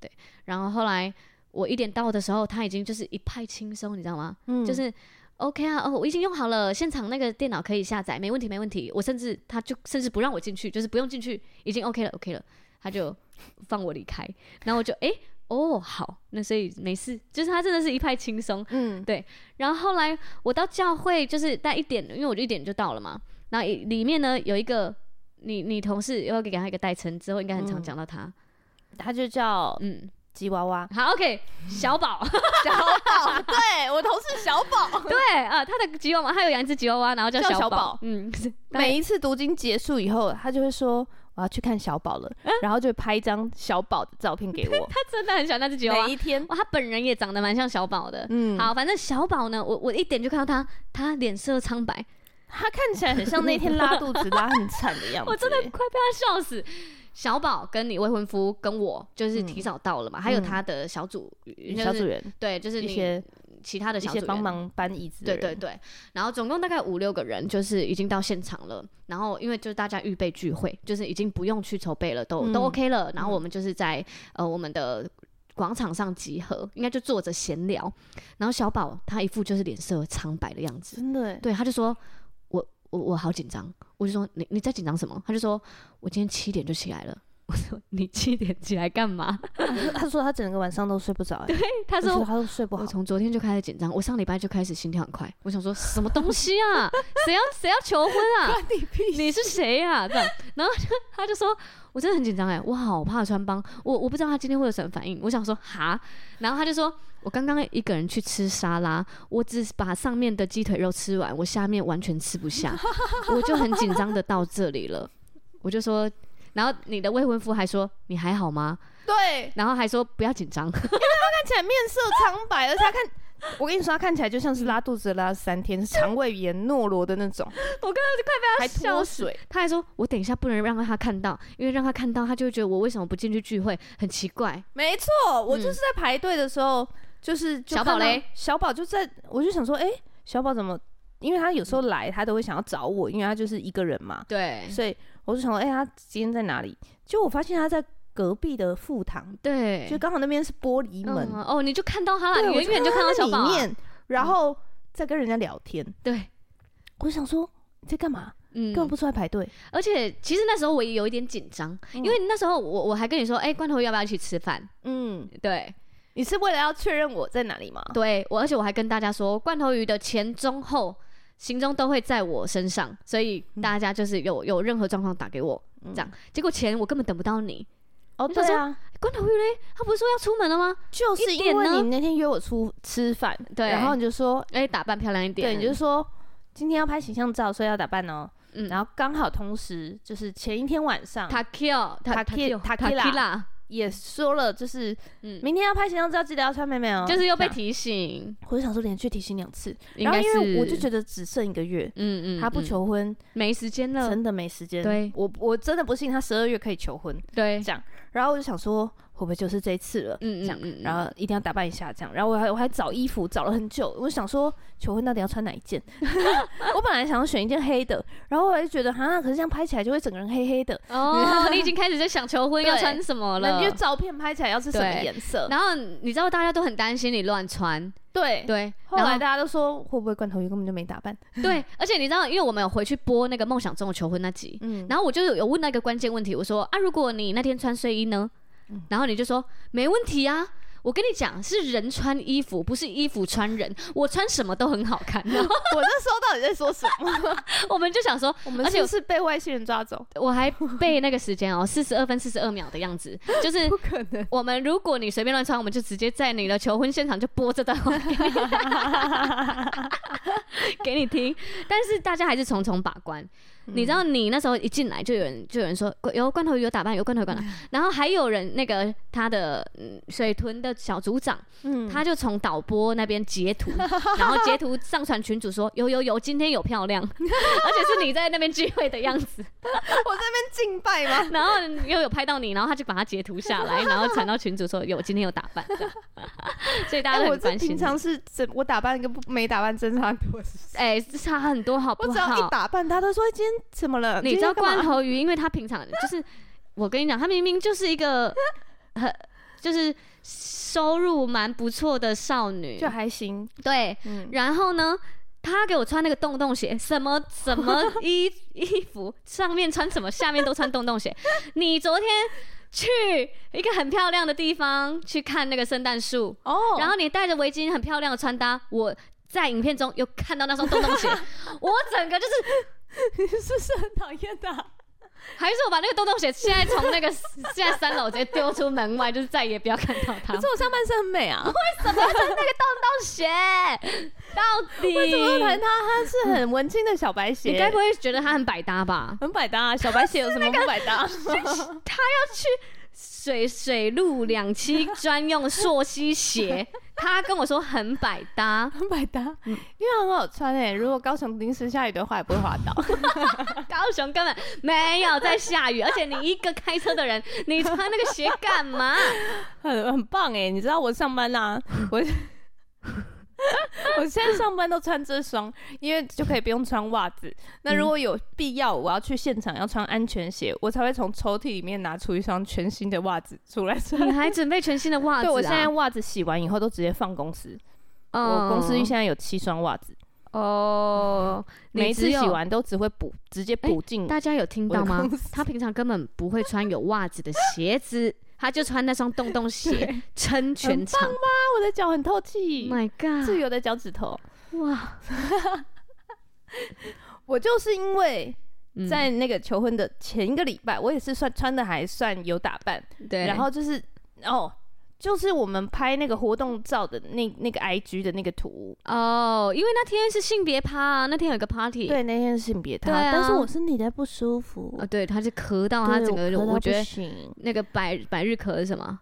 对。然后后来我一点到的时候，他已经就是一派轻松，你知道吗？
嗯
就是 OK 啊，哦，我已经用好了，现场那个电脑可以下载，没问题，没问题。我甚至他就甚至不让我进去，就是不用进去，已经 OK 了，OK 了，他就放我离开。然后我就诶，哦，好，那所以没事，就是他真的是一派轻松。
嗯
然后后来我到教会，就是在一点，因为我就一点就到了嘛。然后一里面呢有一个你你同事，要给他一个代称，之后应该很常
嗯
讲到他，
他就叫
嗯，，
吉娃娃
好，OK，小宝。
小
哦
宝，对我同事小宝。
对啊，他的吉娃娃，他有养一只吉娃娃，然后叫
叫
小
小
宝
宝，
嗯， 是
每一次读经结束以后，他就会说我要去看小宝了，然后就会拍一张小宝的照片给我。
嗯 他真的很喜欢那只吉娃娃
每，一天，
哇，他本人也长得蛮像小宝的。
嗯，
好，反正小宝呢，我我一点就看到他，他脸色苍白，
他看起来很像那天拉肚子拉很惨的样子。
我真的快被他笑死。小宝跟你未婚夫跟我就是提早到了嘛，还有他的小组，
欸
就
嗯小组
是
员
对，就是
一
你
些
其他的
一
小
些
组
帮
员
忙搬椅子的
对
人，
对对，然后总共大概五六个人，就是已经到现场了。然后因为就是大家预备聚会，就是已经不用去筹备了，都、都
嗯
OK 了。然后
嗯
我们就是在、呃我们的广场上集合，应该就坐着闲聊。然后小宝他一副就是脸色苍白的样子，
真的欸
对，他就说我我我好紧张。我就说你你在紧张什么？他就说我今天七点就起来了。 我说你七点起来干嘛？
他说他整个晚上都睡不着、欸，他
他说
他都睡不好
我。从昨天就开始紧张，我上礼拜就开始心跳很快，我想说什么东西啊？谁要谁要求婚啊？
你屁！
你是谁呀、这样，然后他就他就说，我真的很紧张哎，我好怕穿帮，我我不知道他今天会有什么反应。我想说哈，然后他就说，我刚刚一个人去吃沙拉，我只是把上面的鸡腿肉吃完，我下面完全吃不下，我就很紧张的到这里了。我就说，然后你的未婚夫还说你还好吗？
对，
然后还说不要紧张，
看起来面色苍白，而且他看， 我跟你说，他看起来就像是拉肚子拉了三 天，是肠胃炎懦弱的那种，
我刚刚就
还
快被他
脱
笑死。
水。
他还说，我等一下不能让他看到，因为让他看到，他就会觉得我为什么不进去聚会，很奇怪。
没错，我就是在排队的时候，就是就
嗯小宝
看到
嘞，
小宝就在，我就想说，哎、小宝怎么？因为他有时候来，他都会想要找我，因为他就是一个人嘛，
对
所以我就想说，哎、他今天在哪里？结果我发现他在隔壁的副堂，
对，
就刚好那边是玻璃门，
嗯、哦，你就看到他了，
对，
你
我
远远就
看
看到
他在
小宝
里
啊，
面，然后再跟人家聊天。
对，
我就想说你在干嘛？
嗯
根，本不出来排队。
而且其实那时候我也有一点紧张，因为那时候我我还跟你说，哎、关头要不要一起吃饭？
嗯，
对，
你是为了要确认我在哪里吗？
对我，而且我还跟大家说，罐头鱼的前、中、后行踪都会在我身上，所以
嗯
大家就是有有任何状况打给我，这样。结果前我根本等不到你，
哦，
你想
对啊，
关头鱼嘞，他不是说要出门了吗？
就是
一
因
点
为
呢
你那天约我出吃饭，
对
然后你就说，
哎、打扮漂亮一点，
对，你就说今天要拍形象照，所以要打扮哦。
嗯
然后刚好同时就是前一天晚上，
塔 Q 塔
Taki-
Q 塔
Takila
Q 啦，
也说了，就是
嗯
明天要拍形象照，记得要穿美美哦。
就是又
这
被
样，
提醒，
我就想说连续提醒两次，
应
然后
该
因
是
为我就觉得只剩一个月，
嗯嗯，
他不
嗯
求婚
没时间了，
真的没时间。
对
我我真的不信他十二月可以求婚
对，
这样，然后我就想说会不会就是这一次了，
嗯
这样，
嗯嗯
然后一定要打扮一下这样，然后我还我还找衣服找了很久，我想说求婚到底要穿哪一件， 我本来想要选一件黑的，然后我还觉得哈，可是这样拍起来就会整个人黑黑的，
哦，你已经开始在想求婚要
对
穿什么
那
了
你就。照片拍起来要是什么
对
颜色？
然后你知道大家都很担心你乱穿，
对。
对，
后
然
来大家都说会不会罐头鱼根本就没打扮？
对，而且你知道，因为我们有回去播那个《梦想中的求婚》那集，
嗯，
然后我就有有问那个关键问题，我说啊，如果你那天穿睡衣呢？然后你就说没问题啊。我跟你讲，是人穿衣服，不是衣服穿人。我穿什么都很好看。然后
我那时候到底在说什么？
我们就想说，
我们
而且
是不是被外星人抓走？
我还背那个时间哦，四十二分四十二秒的样子，就是
不可能，
我们如果你随便乱穿，我们就直接在你的求婚现场就播这段话给你给你 听。但是大家还是重重把关。你知道，你那时候一进来就有人就有人说有罐头鱼有打扮，有罐头鱼有打扮，然后还有人那个他的嗯水豚的小组长，
嗯
他就从导播那边截图，然后截图上传群主说有有有，今天有漂亮， 而且是你在那边聚会的样子，
我这边敬拜吗？
然后又有拍到你，然后他就把它截图下来，然后传到群主说有今天有打扮，这 样所以大家
哎，
都
我
很
这
关心
平
你。
常是怎我打扮跟不没打扮真差很多，是不是
哎、差很多好
我
不
只要一
好？
打扮，大家都说哎今天怎么了？
你
今
知
天
道
干嘛
罐头鱼，因为他平常就是我跟你讲，他明明就是一个 很就是收入蛮不错的少女
就，还行，
对，
嗯，
然后呢，他给我穿那个洞洞鞋，什么 什么衣衣服，上面穿什么，下面都穿洞洞鞋。你昨天去一个很漂亮的地方去看那个圣诞树，
哦
然
后
后你戴着围巾，很漂亮的穿搭，我。在影片中又看到那双洞洞 鞋，我整个就是，
你是不是很讨厌他？
还是我把那个洞洞鞋现在从那个 现在三楼直接丢出门外，就是再也不要看到 它。
可是我上半身很美 啊，
怎么穿那个洞洞鞋？到底
为什么会讨厌他？啊他是很文青的小白鞋，
你该不会觉得它很百搭吧？
很百搭啊？小白 鞋有什么不百搭？
水水陆两栖专用溯溪 鞋，他跟我说很百搭，
很百 搭，因为很好穿诶。如果高雄临时下雨的话，也不会滑倒。
高雄根本没有在下雨，而且你一个开车的人，你穿那个鞋干嘛？
很很棒哎、你知道我上班啊，我 我现在上班都穿这双，因为就可以不用穿袜子。那如果有必要，我要去现场要穿安全鞋，我才会从抽屉里面拿出一双全新的袜子出来穿。
你还准备全新的袜子、啊？
对，我现在袜子洗完以后都直接放公司，
嗯
我公司现在有七双袜子，
哦，你
每一次
只
洗
有
完都只会哎补，直接补进
大家有听
我的
到吗
公司？
他平常根本不会穿有袜子的鞋子，他就穿那双洞洞 鞋撑全
很
场。Oh
啊！我的脚很透气，
My
自
God！
由的脚趾头。
哇，
我就是因为
嗯
在那个求婚的前一个礼拜，我也是算穿的还算有打扮，
对，
然后就是哦，就是我们拍那个活动照的那那个 IG 的那个图，
哦，因为那天是性别趴啊，那天有个 party，，
对，那天性别他，
对啊
但是我身体在不舒服，
哦，对，他就咳到
对
他整个，
我咳到
我觉
不
得
行
那个百百日咳是 什么？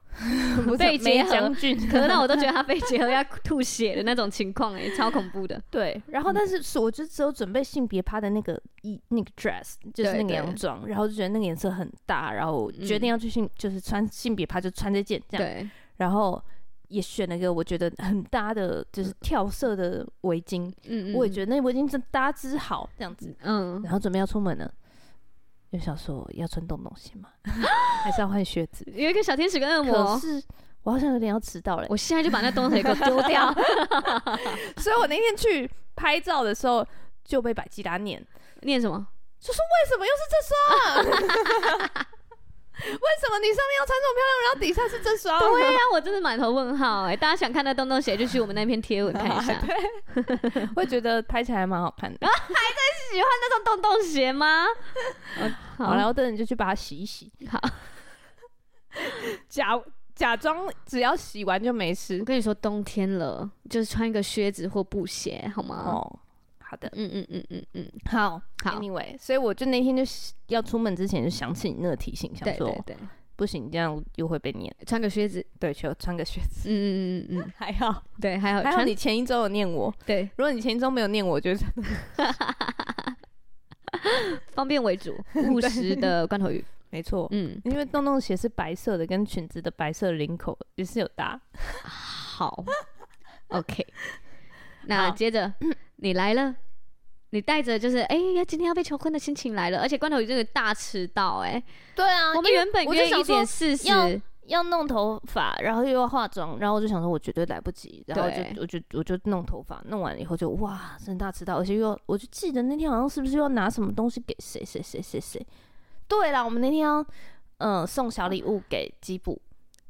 不是
肺结
梅
核
将军
咳到我都觉得他肺结核要吐血的那种情况，哎，超恐怖的。
对，然后但
嗯
是是我就只有准备性别趴的那个衣那个 dress，就是
对
那个
对嗯
洋装，然后就觉得那个颜色很大，然后我决定要去性、就是穿性别趴就穿这件这样，
对，
然后也选了一个我觉得很搭的，就是跳色的围巾，
嗯，
我也
得，
觉得那围巾真搭之好这样子，
嗯，
然后准备要出门了，就想说要穿洞洞鞋嘛， 还是要换靴 子，
有一个小天使跟恶
可
魔，
是我好像有点要迟到了，
我现在就把那东西给我丢 掉。
所以我那天去拍照的时候就被百吉拉念。
念什么？
为什么又是这双？为什么你上面要穿这么漂亮，然后底下是这双？
对呀、我真的满头问号哎、大家想看那洞洞鞋，就去我们那篇贴文看一 下。喜
会觉得拍起来蛮好看的。
欢那种洞洞 鞋吗？哦
好，然，后等你就去把它洗一洗，
好。
假假装只要洗完就没事
我。跟你说，冬天了，就是穿一个靴子或布鞋，好吗？
哦，好的，
嗯嗯嗯嗯嗯，
好，
好
Anyway，所以我就那天就要出门之前就想起你那个提醒，想
对
说
对对，
不行，这样又会被念。
穿个靴子，
对，就穿个靴子，
嗯嗯嗯嗯
还好，
嗯，对，还有
还好
穿
你前一周有念我。
对，
如果你前一周没有念我，我就
方便为主，务实的罐 头鱼，
没错，
嗯，
因为洞洞鞋是白色的，跟裙子的白色领口也是有搭。
好，OK，那
好
接着你来了。你带着就是哎呀，今天要被求婚的心情来了，而且罐头鱼这个大迟到哎、
对啊
我们原本
我就
约
想
一点
说
四十，
要要弄头发，然后又要化妆，然后我就想说，我绝对来不及，然后我
对
就我就我就弄头发，弄完以后就哇，真大迟到，而且又要我就记得那天好像是不是又要拿什么东西给谁谁谁谁谁？对啦，我们那天要嗯、呃送小礼物给吉普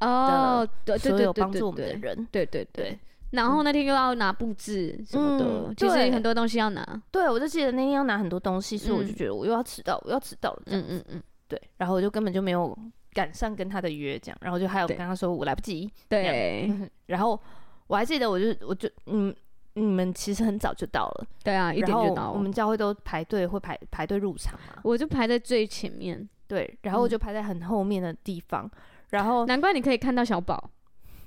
哦，对对
所
对
有
对
帮
对
助我们的
对
人。
对对对
对。
然后那天又要拿布置什么的，
嗯
就是
对
很多东西要拿。
对，我就记得那天要拿很多东西，所以我就
嗯
觉得我又要迟到，我要迟到了这样
嗯嗯嗯，
对，然后我就根本就没有赶上跟他的约，这样，然后就还有
对
跟他说我来不及，
对
然后我还记得我就我就嗯。你们其实很早就到了，
对啊，一点
嗯然后
就到
我
了。
们教会都排队会排排队入场嘛，
我就嗯排在最前面，
对，然后我就排在很后面的地方，然后
难怪你可以看到小宝。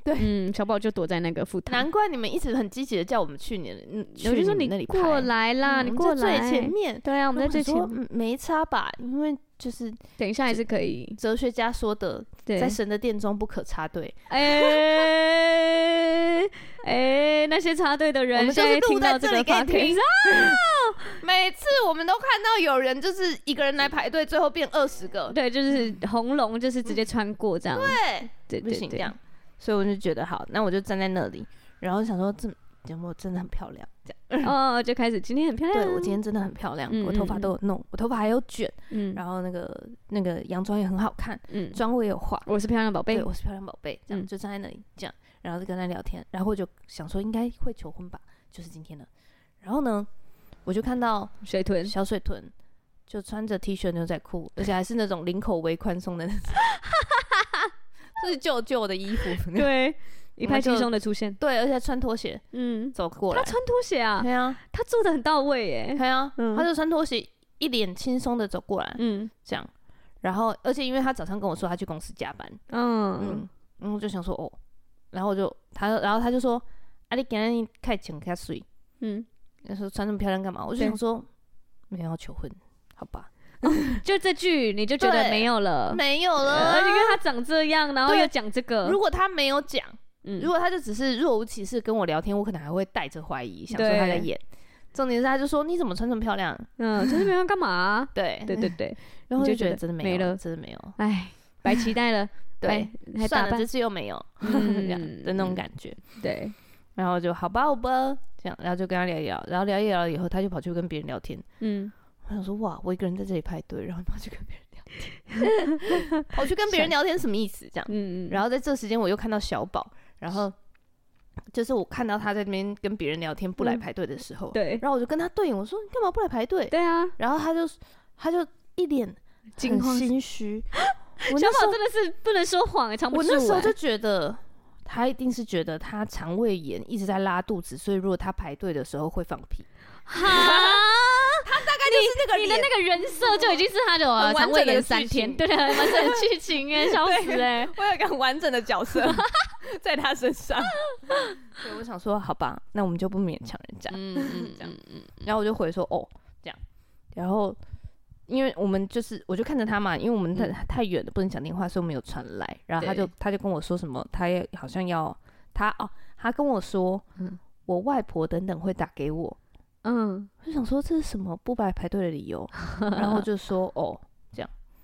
对
嗯，小宝就躲在那个副台
难。怪你们一直很积极的叫我们去你的，嗯，
我就
去
说
你们那里
过
排
来啦，
嗯
你
我们
过
在最
来。
前。面，
对啊，我
我
们在最前
说
面。
嗯没差吧，因为就是
等一下还是可以。
哲学家说的，
对
在。神的殿中不可插队，
哎哎，那些插队的
我
人
们
现
就是
在听
录在
到这
这
个
里给你
podcast
听每次我们都看到有人就是一个人来排队，最后变二十个，
对，就是红龙，就是直接穿过这样。
对，
对
嗯不
对
行这
对，
样，所以我就觉得好，那我就站在那里，然后想说这节目真的很漂亮，这样，
哦，就开始今天很漂亮。
对我今天真的很漂亮，
嗯
我头发
嗯嗯
都有弄，我头发还有卷，
嗯
然后那个那个洋装也很好看，
嗯，
妆我也有化，
我是漂亮宝贝
对，我是漂亮宝贝，这样
嗯
就站在那里这样，然后就跟他聊天，然后我就想说应该会求婚吧，就是今天的，然后呢，我就看到
水豚，
小水豚。就穿着 T 恤牛仔裤，而且还是那种领口微宽松的那种，就是旧旧的衣服。
对，一派
们就
轻松的出现。
对，而且还穿拖鞋
嗯，
走过来
他。穿拖鞋啊，
对啊，
他做的很到位耶。
对啊，
嗯
他就穿拖鞋，一脸轻松的走过来，
嗯
这样。然后，而且因为他早上跟我说他去公司加班，
嗯
嗯，然后我就想说哦，然后我就他，然后他就说，啊，你今天太请太水，
嗯，
那时候穿那么漂亮干嘛？我就
对
想说，没有要求婚，好吧，
就这句你就觉得
对
没有了，
没有
呃而且因为
了。
他长这样，然后
对
又讲这个
如，果他没有讲，如
嗯，
果他就只是若无其事跟我聊天，我可能还会带着怀疑，想说他在
对
演。重点是他就说你怎么穿这么漂亮？
嗯，就是没有干嘛 啊？
对
对对对，
然后
你
就
就觉
觉得
得
真的
没
没有
了
真的没有。
哎，白期待了，
对，
哎，还
算
打
了，
扮
这，次又没有这样
嗯
的那种感觉。
对，
然后就好吧，好吧，这样，然后就跟他聊一聊，然后聊一聊以后，他就跑去跟别人聊天。
嗯，
我想说，哇，我一个人在这里排队，然后跑去跟别人聊天， 跑去跟别人聊天什么意思？这样，
嗯嗯，
然后在这时间我又看到小宝，然后就是我看到他在那边跟别人聊天不来
嗯
排队的时候，
对
然后我就跟他对眼，我说你干嘛不来排队？
对啊，
然后他就他就一脸
惊
很
慌
心虚， 我
小
那时
宝
候
真的是不能说谎，哎藏不
我
住。
那时候就觉得。他一定是觉得他肠胃炎一直在拉肚子，所以如果他排队的时候会放屁，
哈，他大概就是那
个
你的
脸
那个人设就已经是他的呃
很完
肠胃
整的
炎
剧
三天，
情
对，很完整的剧情 哎，笑死哎，
我有一个很完整的角 色在他身上。对，我想说，好吧，那我们就不勉强人家。
嗯嗯
这样
嗯嗯，
然后我就回说，哦，这样。然后因为我们就是，我就看着他嘛，因为我们太、太远了，不能讲电话，所以我们有传来。然后他就
嗯对
他就跟我说什么，他也好像要他哦，他跟我说，
嗯
我外婆等等会打给我。
嗯
我就想说这是什么不白排队的理 由，然后就说哦，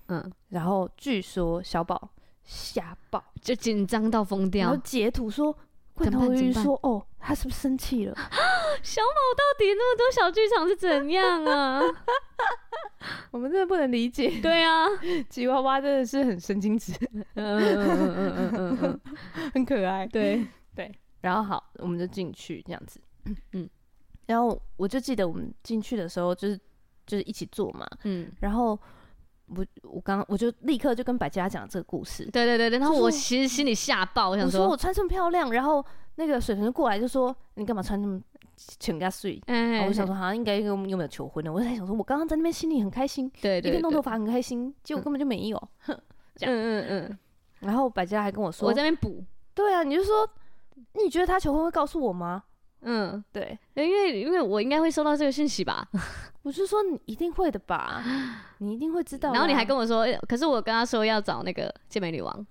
嗯，
然后据说小宝吓爆。
就紧张到疯
然
掉
后。截图说，罐
怎么办
头鱼
怎么办
说哦，他是不是生气 了？
小宝到底那么多小剧场是怎样啊？
我们真的不能理解，
对啊，
吉娃娃真的是很神经质，
嗯嗯嗯嗯嗯嗯，
很可爱。
对，
然后好，我们就进去这样子，
嗯
嗯，然后我就记得我们进去的时候就是就是一起做嘛，
嗯。
然后。我我刚我就立刻就跟百家讲这个故事，
对对对对，然后
就是
我
我
其实心里吓爆，我
我
想
说
说
我，穿这么漂亮，然后那个水豚就过来就说你干嘛穿那么全家睡？然
哎
后我想，说好像应该跟我们有没有求婚呢？我在想说，我刚刚在那边心里很开心，
对
一
对，
边弄
对
头，发很开心，结果根本就没有。这样
嗯嗯嗯，
然后百家还跟我说，
我在那边补，
对啊，你就说你觉得他求婚会告诉我吗？
嗯，
对，
因为因为我应该会收到这个讯息吧，
我是说你一定会的 吧，你一定会知道啊。
然后你还跟我说，哎可是我跟他说要找那个健美女王，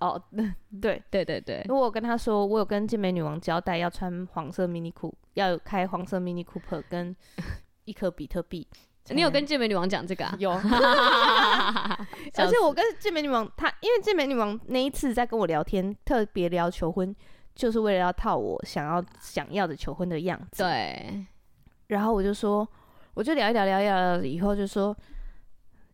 哦， 对，
对对对，
我有跟他说，我有跟健美女王交代要穿黄色 mini 裤，要有开黄色 mini Cooper 跟一颗比特币。
你有跟健美女王讲这个啊？
有，
笑
而且我跟健美女王，她因为健美女王那一次在跟我聊天，特别聊求婚，就是为了要套我想要想要的求婚的样子。
对，
然后我就说，我就聊一聊，聊一聊，以后就说，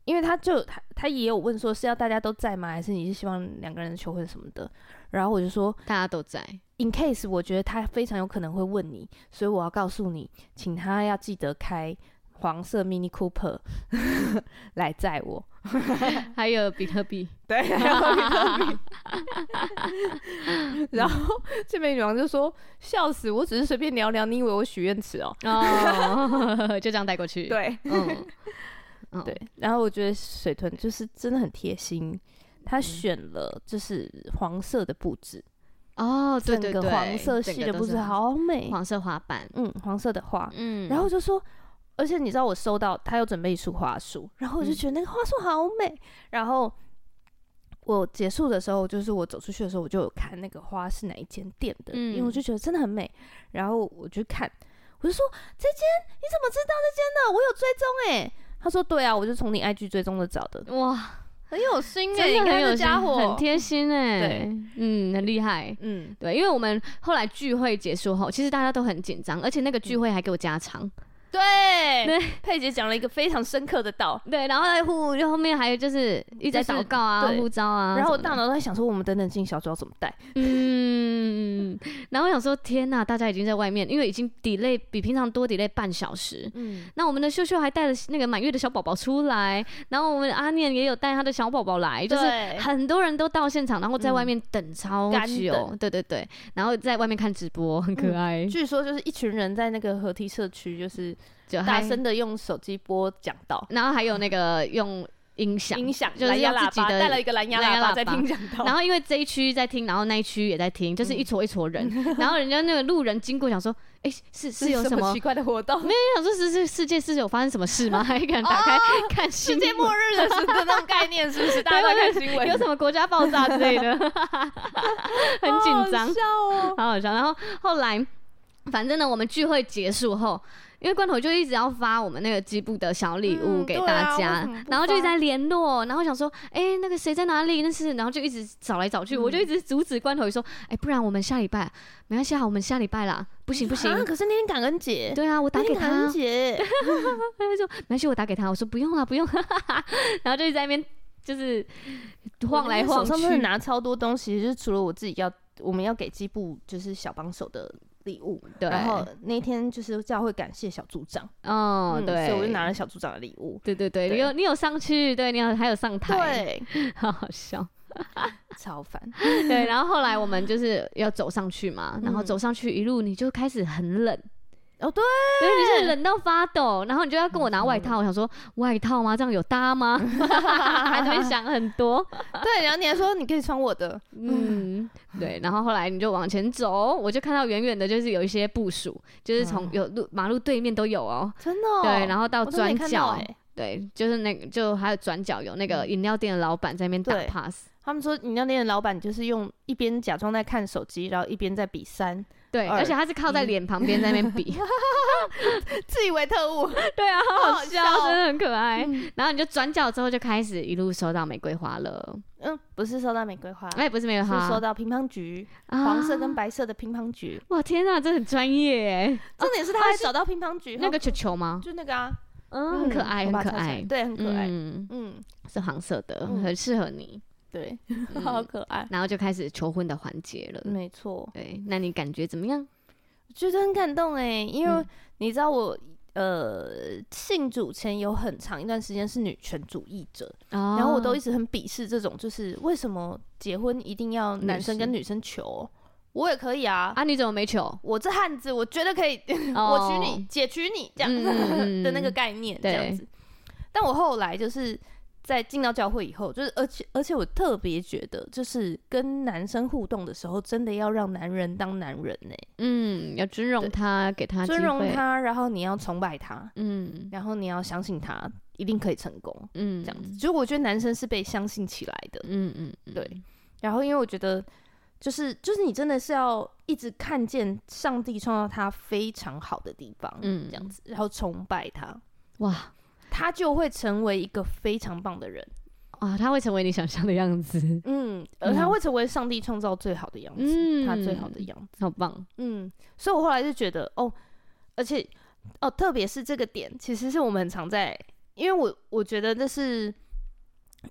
因为他就他他也有问说是要大家都在吗，还是你是希望两个人求婚什么的？然后我就说
大家都在，
，in case 我觉得他非常有可能会问你，所以我要告诉你，请他要记得开黄色 Mini Cooper 来载我。
还有比特 币，
对， 然后这美女王就说：“笑死，我只是随便聊聊，你以为我许愿池哦
哦， 就这样带过？”去，，
对，
嗯，嗯
对，，然后我觉得水豚就是真的很贴心，
嗯
他选了就是黄色的布置，
哦，对对
整
对，
个黄色系
整
的
个都
布
是
置
黄，
好美，
黄色花瓣，
嗯，黄色的花，
嗯，
然后我就说。而且你知道我收到，他有准备一束花束，然后我就
嗯
觉得那个花束好美。然后我结束的时候，就是我走出去的时候，我就有看那个花是哪一间店的，因为我
嗯
就觉得真的很美。然后我去看，我就说这间你怎么知道这间的？我有追踪哎、他说对啊，我就从你 IG 追踪的找的。
哇，
很有心哎、
真
你
的
看
很有
这
心
家伙，
很贴心哎
对，
嗯，很厉害。
嗯，
对，因为我们后来聚会结束后，其实大家都很紧张，而且那个聚
嗯
会还给我加长。
对，
对
佩姐讲了一个非常深刻的道，
对，然后在呼，就后面还有就是一直在
就是
祷告啊、
对
呼召啊什么的，
然后我大脑都在想说，我们等等进小组要怎么带？
嗯， 然后我想说，天呐，大家已经在外面，因为已经 delay 比平常多 delay 半小时。
嗯，
那我们的秀秀还带了那个满月的小宝宝出来，然后我们阿念也有带他的小宝宝来，就是
对
很多人都到现场，然后在外面等超
干
久，
等
对对对，然后在外面看直播，很可
嗯
爱，
据说就是一群人在那个合体社区，就是
就
大
还
声的用手机播讲道，
然后还有那个用音响，
音响
就是
蓝牙
要
喇
自己
叭，
的
带了一个蓝牙
蓝
喇
牙
叭
喇
在
叭
听讲道，
然 后因为这一区在听，然后那一区也在听，就是一撮一撮人。然后人家那个路人经过，想说，哎、是是有
什
什么？
奇怪的活动？
就想说是是世界是有发生什么事吗？还敢打开、看
世
新
界
闻？
末日的是的那种概念，是不是？大家都在看新闻，
有什么国家爆炸之类的， 很紧张
好好，笑哦。
好好笑。然后后来，反正呢，我们聚会结束后。因为罐头就一直要发我们那个基部的小礼物
嗯
给
对
大
啊
家，
为什么不
然后就一直
发
在联络，然后想说，哎、那个谁在哪里？那是，然后就一直找来找去，
嗯
我就一直阻止罐头鱼说，哎、不然我们下礼拜，没关系啊，我们下礼拜啦，不行不行，
啊可是那天感恩节，
对啊，我打
那
给
天
他
感
啊，
恩节，
他 就说没关系，我打给他，我说不用了不用 了，然后就一直在那边就是晃来
我
晃
手上真的
去，
拿超多东西，就是除了我自己要，我们要给基部就是小帮手的礼物，
对，
然后那天就是教会感谢小组长，
哦
嗯
对，
所以我就拿了小组长的礼物，
对对对，你
对
有你有上去，对你有还有上台，
对，
好好笑。
超烦，
对，然后后来我们就是要走上去嘛，然后
嗯
走上去一路你就开始很冷，
哦对，嗯
对，你是冷到发抖，然后你就要跟我拿外套，我想说外套吗？这样有搭吗？ 还在那边想很 多，
啊对，然后你还说你可以穿我的，
嗯，对，然后后来你就往前走，我就看到远远的就是有一些部署，就是从
嗯
有路马路对面都有哦，
真的哦，
对，然
后
后到转角，
哎，
对，就是那个就还有转角有那个饮料店的老板在那边打
嗯对
pass，
他们说饮料店的老板就是用一边假装在看手机，然后一边在比三，
对，
二
而且他是靠在
一
脸旁边在那边比，
自以为特务，
对啊，好好笑，
好好笑哦嗯
真的很可爱。然后你就转角之后就开始一路收到玫瑰花了，
嗯，不是收到玫瑰花，
哎、不是玫瑰花，
啊是收到乒乓菊，
啊
黄色跟白色的乒乓菊，
哇，天哪、这很专业哎。
重点是他还找到乒乓菊，
那个
就
球球吗？
就那个啊，
嗯，很可爱，
我
很
把它
可
抄起来
爱，
对，很可爱，
嗯，
嗯，
是黄色的，
嗯
很适合你。
对，
嗯
好可爱，
然后就开始求婚的环节了。
没错，
对，那你感觉怎么样？
我觉得很感动哎，因为
嗯
你知道我。呃，信主前有很长一段时间是女权主义者，
然
然后我
哦
都一直很鄙视这种，就是为什么结婚一定要
女
男生跟
士
女生求？我也可以啊，
啊，你怎么没求？
我这汉子，我觉得可以， 我娶
哦
你，解娶你这样、
嗯嗯嗯
的那个概念，这
对
样子。但我后来就是在进到教会以后，就是而且而且我特别觉得，就是跟男生互动的时候，真的要让男人当男人欸呢、
嗯，要尊容
对
他，给他
尊
机
荣
会，
他，然后你要崇拜他，
嗯
然后你要相信他一定可以成功，
嗯，
这样子。就我觉得男生是被相信起来的，
嗯，嗯嗯，
对，然后因为我觉得，就是就是你真的是要一直看见上帝创造他非常好的地方，
嗯
这样子，然后崇拜他，
哇
他就会成为一个非常棒的人，
哇，他会成为你想象的样子，
嗯，而他会成为上帝创造最好的样子，
嗯
他最好的样子，
好棒，
嗯，所以我后来就觉得，哦，而且哦，特别是这个点，其实是我们很常在，因为我我觉得这是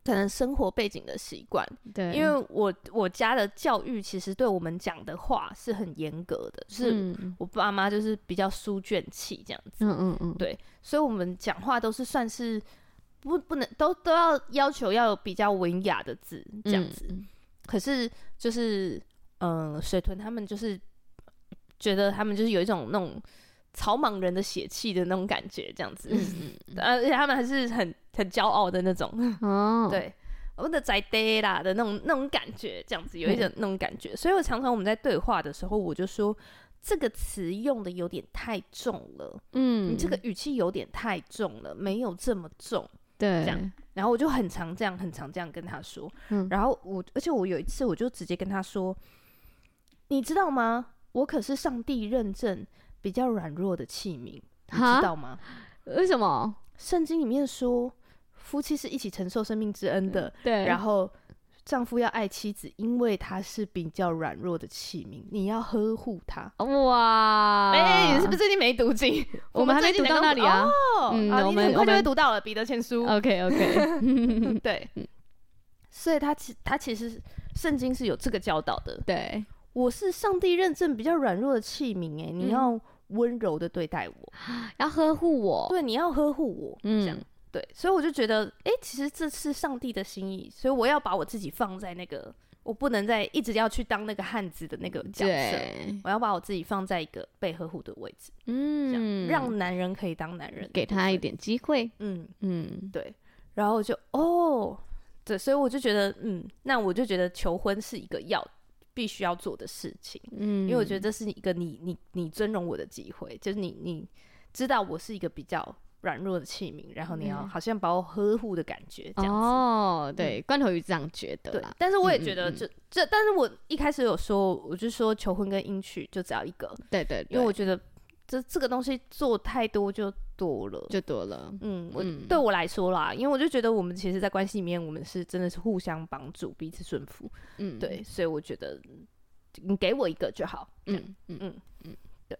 可能生活背景的习惯，
对，
因为我我家的教育其实对我们讲的话是很严格的，是
嗯
我爸妈就是比较书卷气这样子，
嗯嗯嗯，
对所以我们讲话都是算是不不能都都要要求要有比较文雅的字这样子。
嗯
可是就是嗯、呃水豚他们就是觉得他们就是有一种那种草莽人的血气的那种感觉这样子，
嗯
而且他们还是很很骄傲的那种。
嗯 哦，，
对，我的宅爹啦的那种那种感觉，这样子有一
嗯
种那种感觉。所以我常常我们在对话的时候，我就说这个词用的有点太重了，
嗯，
你这个语气有点太重了，没有这么重。
对，
这样然后我就很常这样，很常这样跟他说。
嗯
然后我，而且我有一次我就直接跟他说，你知道吗？我可是上帝认证比较软弱的器皿，你
哈
知道吗？
为什么？
圣经里面说，夫妻是一起承受生命之恩的，
嗯对，
然
后
后丈夫要爱妻子，因为她是比较软弱的器皿，你要呵护她。
哇，
哎、你是不是最近没读经？
啊 我们还没
最近
读
才
到那
刚
里啊？
哦
嗯
啊，
我
你
们
很
我
快就会
们
读哦到了《彼得前书》
？OK OK，
对，
嗯
所以他其他其实圣经是有这个教导的。
对，
我是上帝认证比较软弱的器皿，
嗯
哎，你要温柔的对待我，
要呵护我，
对，你要呵护我，这样
嗯。
对，所以我就觉得，哎、其实这是上帝的心意，所以我要把我自己放在那个，我不能再一直要去当那个汉子的那个角色，
对，
我要把我自己放在一个被呵护的位置，这样、
嗯，
让男人可以当男人，
给他一，点机会，
嗯，
嗯，
对，然后我就哦，对，所以我就觉得，嗯，那我就觉得求婚是一个要必须要做的事情，
嗯，
因为我觉得
得
这是一个你你你尊荣我的机会，就是你你知道我是一个比较软弱的器皿，然后你要
嗯
好像把我呵护的感觉这样子。嗯
哦，对，罐头鱼这样觉得
对
啦，，
但是我也
嗯
觉得
嗯嗯
这这，但是我一开始有说，我就说求婚跟迎娶就只要一个，
对对，
因为我觉得这这个东西做太多就多了。
就多了。
嗯，我
嗯
对我来说啦，因为我就觉得我们其实，在关系里面，我们是真的是互相帮助，彼此顺服。
嗯，
对，所以我觉得你给我一个就好。嗯，
嗯嗯
嗯
嗯嗯，对，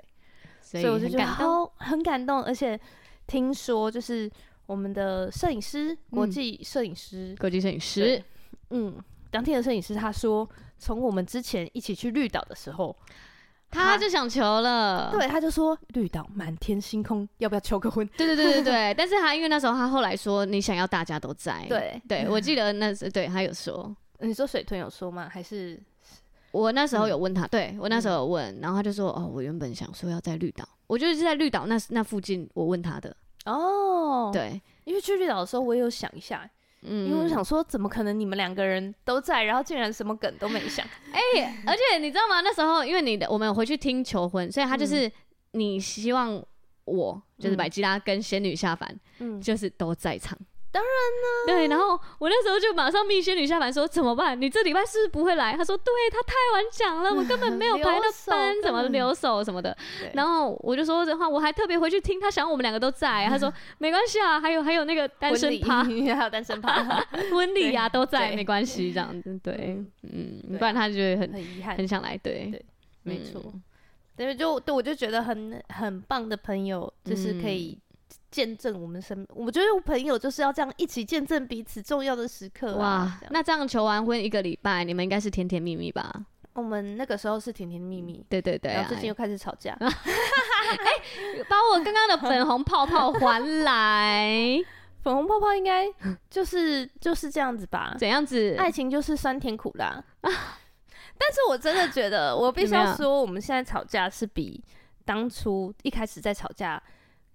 所
所以
以我就
很
觉得
感动。
好很感动，而且听说就是我们的摄影师，国
嗯
际摄影师，
国际摄影师
对，嗯，当天的摄影师他说，从我们之前一起去绿岛的时候，
他就想求了。
对，他就说绿岛满天星空，要不要求个婚？
对对对对对， 但是他因为那时候他后来说，你想要大家都在。，
对，嗯
对我记得那时对他有说，
你说水豚有说吗？还是
我那时候有问
嗯
他，对我那时候有问，然后他就说，哦，我原本想说要在绿岛，我就是在绿岛那那附近，我问他的，
哦，，
对，
因为去绿岛的时候，我也有想一下，
嗯，
因为我想说，怎么可能你们两个人都在，然后竟然什么梗都没想？
哎而且你知道吗？那时候因为你的我们有回去听求婚，所以他就是、你希望我就是
嗯
百吉拉跟仙女下凡、
嗯，
就是都在场。
当
然呢，对，然后我那时候就马上密仙女下凡说怎么办？你这礼拜是不是不会来？他说对他太晚讲了，我根本没有
留
排到
守
班，怎
根
么
本
留守什么的。
对
然后我就说这话，我还特别回去听，他想我们两个 都在，他说没关系啊，还有还有那个单
婚
身
礼
趴
还有单身 趴，
婚礼呀、都在，
对
没关系这样子，对，嗯，
对
不然他就会很
很遗憾，
很想来，对。
对没错
嗯。
但是就对我就觉得很很棒的朋友，就是
嗯
可以见证我们身，我觉得朋友就是要这样一起见证彼此重要的时刻啊、
哇
这，样
那这样求完婚一个礼拜，你们应该是甜甜蜜蜜吧？
我们那个时候是甜甜蜜蜜，
对对对、
然
啊
后，最近又开始吵 架，
把我刚刚的粉红泡泡还来，
粉红泡泡应该就是就是这样子 吧，
怎样子？
爱情就是酸甜苦辣 但是我真的觉得，我必须
啊怎么
要
样
说，我们现在吵架是比当初一开始在吵架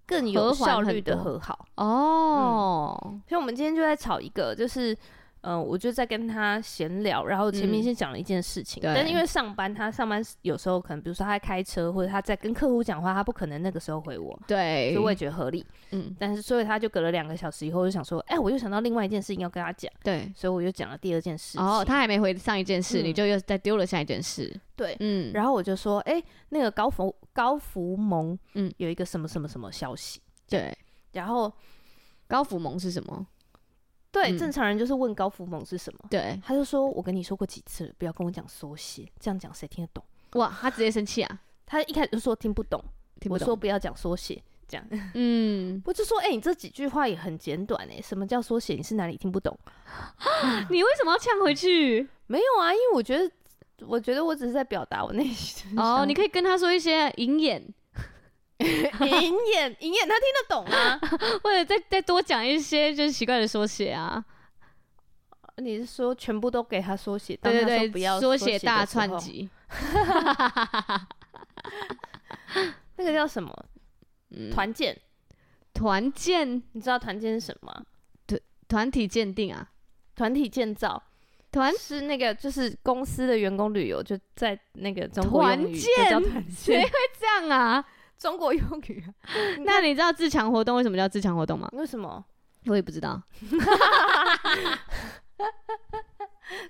更有
和缓
效
很
率的
多
和好。
哦，
所以我们今天就在吵一个，就是，呃，我就在跟他闲聊，然后前面
嗯
先讲了一件事情，
对
但因为上班，他上班有时候可能，比如说他在开车，或者他在跟客户讲话，他不可能那个时候回我，所
对
以，我也觉得合理。
嗯，
但是所以他就隔了两个小时以后，我就想说，哎、我又想到另外一件事情要跟他讲，
对。
所以我就讲了第二件事情。
哦，他还没回上一件事，
嗯
你就又再丢了下一件事。
对
嗯，
然后我就说，哎、那个高福高福蒙，嗯
嗯，
有一个什么什么什么消息，
对，
然后
高福蒙是什么？
对、
嗯
正常人就是问高福蒙是什么。
对，
他就说：“我跟你说过几次了，不要跟我讲缩写，这样讲谁听得懂
哇，他直接生气啊，？”
他一开始就说听不懂，
听
我
不
说
懂。
不要讲缩写，这 样
嗯，
我就说：“哎、你这几句话也很简短哎、什么叫缩写？你是哪里听不懂
你为什么要呛回去？？”
没有啊，因为我觉得，我觉得我只是在表达我内心的
哦，
想
你可以跟他说一些银眼，
法隐眼隐眼，他听得懂 啊。
或者再再多讲一些就是奇怪的缩写啊。
你是说全部都给他缩写？当
对
他
对
说不要
对，缩
写
写
的
大
时
串
候，
集。
那个叫什么
嗯
团建？
团建
你知道团建是什么吗？
团体鉴定啊，
团体建造。
团
是那个，就是公司的员工旅游，就在那个中国
团
用语就
建
叫团
谁
建
会，这样啊？
中国用语啊、
那你知道自强活动为什么叫自强活动吗？
为什么？
我也不知道。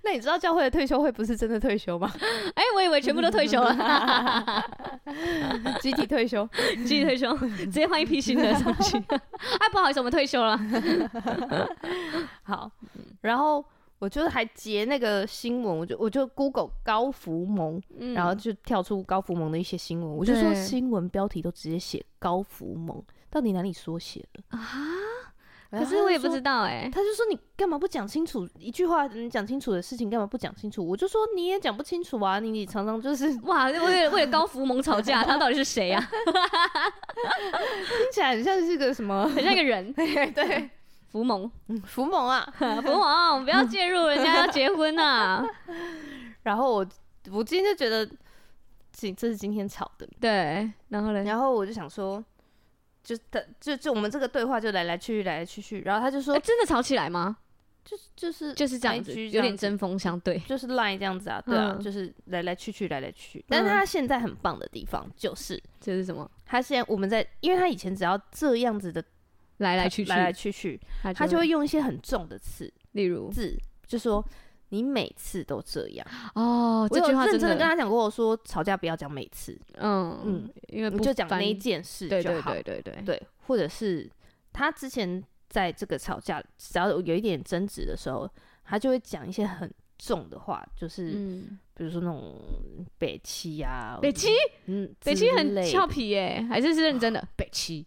那你知道教会的退休会不是真的退休吗？
哎，我以为全部都退休了，
集体退 休，
继续退休，直接换一批新的上 去。哎，不好意思，我们退休了。
好。
嗯
然后我就还截那个新闻，我就我就 Google 高福蒙，
嗯
然后就跳出高福蒙的一些新闻，我就说
对
新闻标题都直接写高福蒙，到底哪里缩写了？
啊，
然
可
后
是我也不
他就说
知道哎。
他就说你干嘛不讲清楚一句话？你讲清楚的事情干嘛不讲清楚？我就说你也讲不清楚啊，你你常常就是 听
哇，为了为了高福蒙 吵架，他到底是谁啊呀？
起来很像是个什么
很像一个人，
对
福蒙，
福蒙啊。
福蒙，不要介入，人家要结婚 啊。
然后我我今天就觉得，今这是今天吵的，
对，然后嘞，
然后我就想说，就他就就我们这个对话就来来去去来来去去，然后他就说
哎真的吵起来吗？
就是就是
就是这样子，
IG 这
有点
样子
针锋相对。
就是 line 这样子啊，对啊，
嗯
就是来来去去来来去去。但是他现在很棒的地方就是。
这是什么？
他现在我们在，因为他以前只要这样子的
来来去去，
来来去去，
他
他就会用一些很重的词
例如
字，就说你每次都这样。
哦，
我
这
有
句话
认真
的
的跟他讲过，我说吵架不要讲每次，
嗯嗯
嗯，
因为
你
不
就讲
翻
那一件事
对
就
对
好。
对对对，
对，或者是他之前在这个吵架，只要有一点争执的时候，他就会讲一些很重的话，就是、
嗯，
比如说那种北七呀、啊，
北七，
嗯，
北七
之
很
类
俏
的，
皮耶，还是是认 真的，北七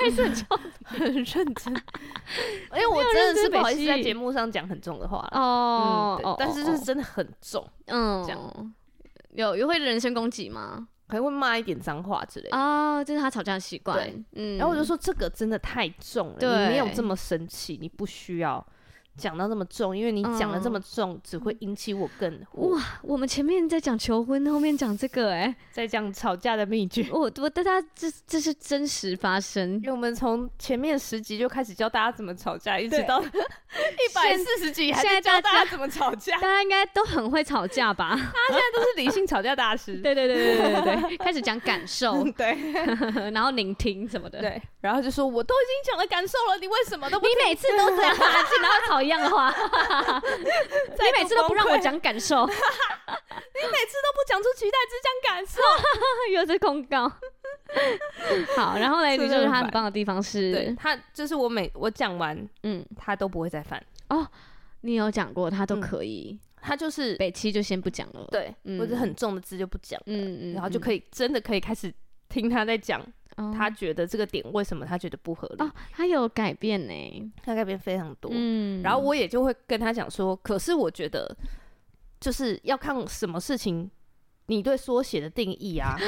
还是很俏
很认真。因为我
没有
真的
认
是
真
不好意
北
思在
七
节目上讲很重的话了。
哦
嗯，对
哦，
但是就是
哦
真的很重，
嗯
这
样。有有会人身攻击吗？
还会骂一点脏话之类的。
哦，这是他吵架的习惯
对。
嗯，
然后我就说这个真的太重了，
对
你没有这么生气，你不需要讲到那么重，因为你讲的这么重，只会引起我更火
哇，我们前面在讲求婚，后面讲这个、欸，
再讲吵架的秘诀。
我我大家这这是真实发生
因，为我们从前面十集就开始教大家怎么吵架，一直
对
到一百四十集还
现
在
在
教
大
大家怎么吵架
大，家应该都很会吵架吧？
都是理性吵架大师。
对对对对对对对，开始讲感 受，
嗯对
然后聆听什么 的。
对，然后就说我都已经讲了感受了，你为什么都不
你每次都这样啊，然后吵一样的话， 你每次都不让我讲感受，
你每次都不讲出期待，只讲感受？
又是公告。好，然后嘞，
是
你
不是
就是
很
他很
烦
棒的地方
对
是，
他就是我每我讲完
嗯，
他都不会再犯，
你有讲过他都
嗯
可以，
他就是
北七就先不讲了。，
对
嗯
或者很重的字就不讲，
嗯嗯，
然后就
嗯
可以真的可以开始听他在讲
哦
他觉得这个点为什么他觉得不合理
哦，，他有改变呢。
他改变非常多。
嗯
然后我也就会跟他讲说，可是我觉得就是要看什么事情，你对缩写的定义 啊。
这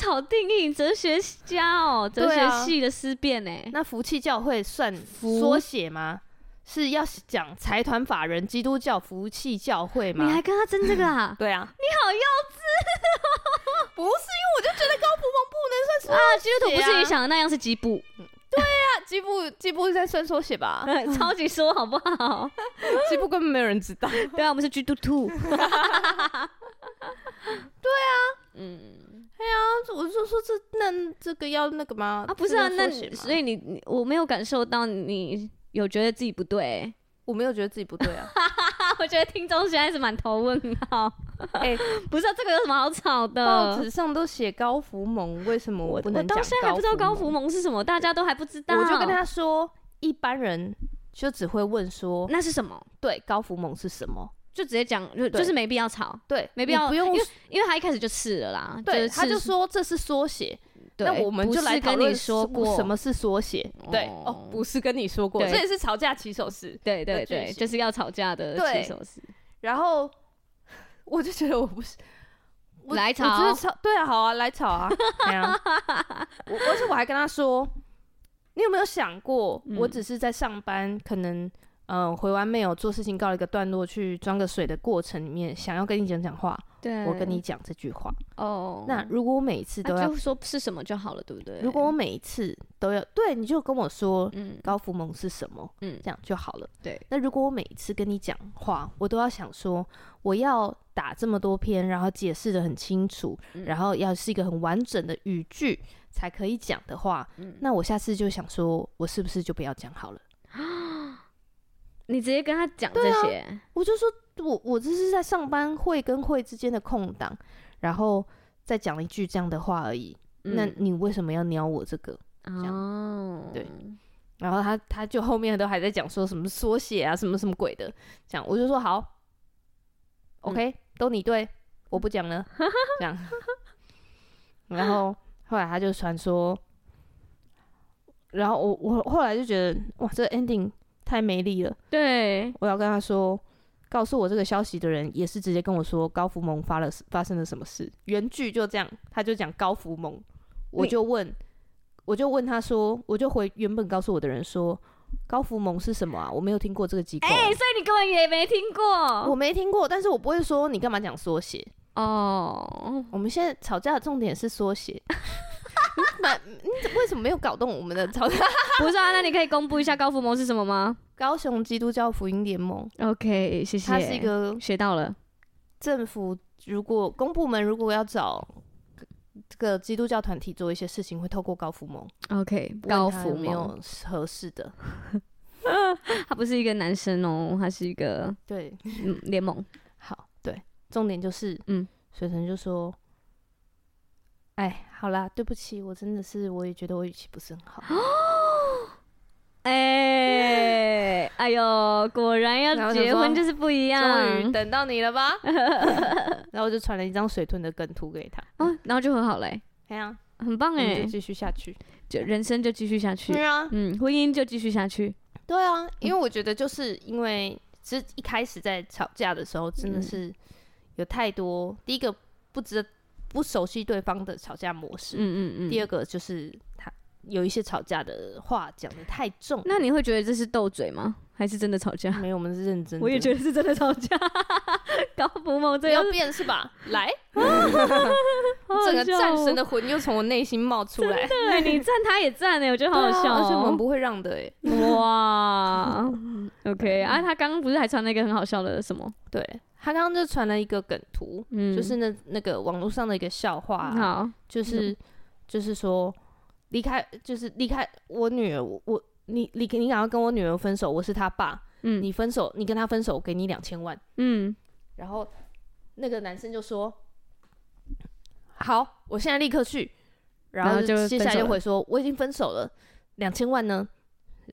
是炒定义哲学家哦，哲
对
学
啊
系的思辨欸呢。
那福气教会算缩写吗？是要讲财团法人基督教福气教会
你还
吗？？
跟他争这个 啊
对啊，
你好幼
不是因为我就觉得高普蒙不能算缩
啊！基督徒不是你想的那样是吉卜，
那基布基布在算缩写吧？
超级说好不 好？
基布根本没有人知 道。
对啊，我们是基督 徒。对啊，嗯
我就说这那这个要那个吗？
啊，不是啊，
这
那
个缩写
你
吗
所以你你我没有感受到你有觉得自己 不对
我没有觉得自己不对啊。
啊？我觉得听众现在是满头问号。
哎
不是啊，这个有什么好吵 的？
报纸上都写高福蒙，为什么
呃我
不
我
能讲
到现在还不知道高
福
福蒙是什么，大家都还不知道。
我就跟他说，一般人就只会问说，
那是什么？
对，高福蒙是什么？
就直接讲，就
对
就是没必要吵，
对，
没必
你
要，
不用
因为因为他一开始就刺了啦，
对，
是
他就
刺
说这是缩写，
对
那我们
不
就是来讨
跟
论
你说
什么
过
什么是缩写。对，
哦
哦，不是跟你说过，
对
这也是吵架起手式。
对对
的剧
对，
情
就是要吵架的
对
起手式。
然后 我就觉得我不是。我
来
我觉
吵
得吵对啊，好啊，来吵 啊！哎呀我而且我还跟他说，你有没有想过，
嗯
我只是在上班，可能嗯、呃回完没有做事情，告了一个段落，去装个水的过程里面，想要跟你讲讲话，
对
我跟你讲这句话。
嗯哦，
那如果我每一次
啊
都要，
就说是什么就好了，对不对？
如果我每一次都要，对，你就跟我说
嗯
高福蒙是什么，
嗯
这样就好了。
对，
那如果我每一次跟你讲话，我都要想说，我要打这么多篇，然后解释的很清楚，
嗯
然后要是一个很完整的语句才可以讲的话，
嗯
那我下次就想说，我是不是就不要讲好了？
你直接跟他讲
对
这
啊
些，
我就说我我这是在上班会跟会之间的空档，然后再讲一句这样的话而已。那
嗯
你为什么要鸟我这个？样
哦，
对然后他他就后面都还在讲说什么缩写啊，什么什么鬼的，这样我就说好，OK，、都你对，我不讲了，这样。然后后来他就传说，然后我我后来就觉得哇，这个 ending 太没力了，
对，
我要跟他说。告诉我这个消息的人也是直接跟我说高福蒙发了发生了什么事，原句就这样，他就讲高福蒙，我
你
就问，我就问他说，我就回原本告诉我的人说，高福蒙是什么啊？我没有听过这个机构、啊
哎，所以你根本也没听过
我没听过，但是我不会说你干嘛讲缩写。
哦，
我们现在吵架的重点是缩写， 你怎么你怎么为什么没有搞懂我们的吵架？
不是啊？那你可以公布一下高福蒙是什么吗
高雄基督教福音联盟，
？OK，谢谢，
它是一个
学到了，
政府如果公部门如果要找这个基督教团体做一些事情，会透过高福盟
OK，
问
高
他
福
有没
蒙
有合适的。
他不是一个男生哦，他是一个
对，
嗯联盟。
好，对，重点就是，
嗯，
水豚就说：“哎，好啦，对不起，我真的是，我也觉得我语气不是很好。
哎、哎呦，果然
然
要
后就
结
说
婚就是不一样。
终于等到你了吧？然后我就传了一张水豚的梗图给他。
哦，然后就很好嘞、
哎呀，
很棒
我
哎、
们就继续下去。
就人生就继续下去，
啊，
嗯，婚姻就继续下去，
对啊，因
嗯
为我觉得就是因为其实一开始在吵架的时候，
嗯
真的是有太多第一个不知不熟悉对方的吵架模式，
嗯嗯
第
嗯。
二个就是他有一些吵架的话讲的太重。
那你会觉得这是斗嘴吗？还是真的吵架？
没有，我们是认真的。
我也觉得是真的吵架， 搞不梦
不
这
要
个
变是吧？ 来，
好好
整个
笑
战
哦
神的魂又从我内心冒出来，
对你赞他也赞哎，我觉得好好
对
笑、
啊而且我们
哦。
不会让的哎。
哇 ，OK 啊，他刚刚不是还传那个很好笑的什么？
对他刚刚就传了一个梗图，
嗯，
就是那那个网络上的一个笑话啊、
好，
就是、就是说离开，就是离开我女儿，我我你你你想要跟我女儿分手，我是她爸，
嗯
你分手，你跟她分手，我给你两千万。
嗯，
然后那个男生就说：“好，我现在立刻去。”然
然
后
后就
接
分
下来
手
就
了
回说：“我已经分手了，两千万呢？”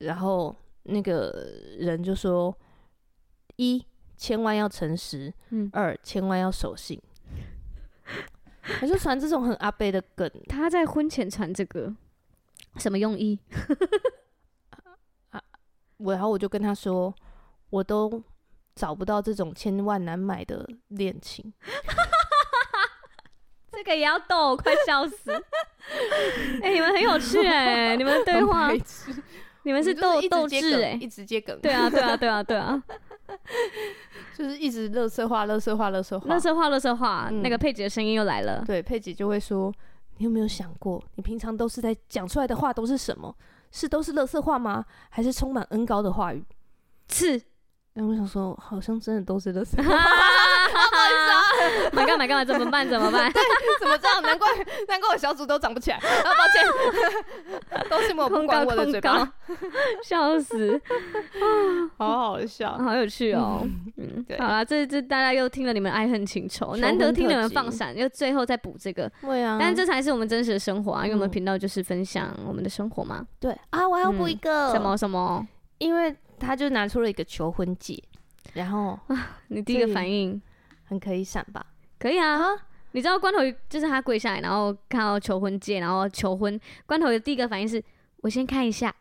然后那个人就说：“一千万要诚实，
嗯
二千万要守信。” 我就传这种很阿贝的梗
他在婚前传这个什么用意？
我然后我就跟他说，我都找不到这种千万难买的恋 情。
这个也要逗，快 笑死！哎、你们很有趣哎、你们的对
啊
话， 你们是
我
斗
们就是一
斗
直接
智
梗
哎、
一直接梗，
对啊，对啊，对啊，对 啊！
就是一直乐色化、乐色化、乐色化
乐。色话，乐色话，
嗯
那个佩姐的声音又来了。
对，佩姐就会说，你有没有想过，你平常都是在讲出来的话都是什么？是都是乐色话吗？还是充满恩高的话语？
刺，
然后我想说，好像真的都是乐色
买干买干嘛？怎么 办？怎么办？
怎么这样？难怪难怪我小组都长不起来。 啊，抱 歉，都是我不
通
管
告
我的
通
嘴
告
巴，，
笑死！
好好 笑。
好有趣哦。嗯
对，
好啦，这这大家又听了你们爱恨情仇，
求
难得
婚
听
特
你们
辑
放闪，又最后再补这个，
对啊，
但这才是我们真实的生活啊，因为我们
嗯
频道就是分享我们的生活嘛。
对啊，我还要补一个
什？么什么？
因为他就拿出了一个求婚戒，然后
你第一个
这
反应
很可以闪吧？
可以啊。你知道关头鱼就是他跪下来，然后看到求婚戒，然后求婚。关头鱼的第一个反应是：我先看一下。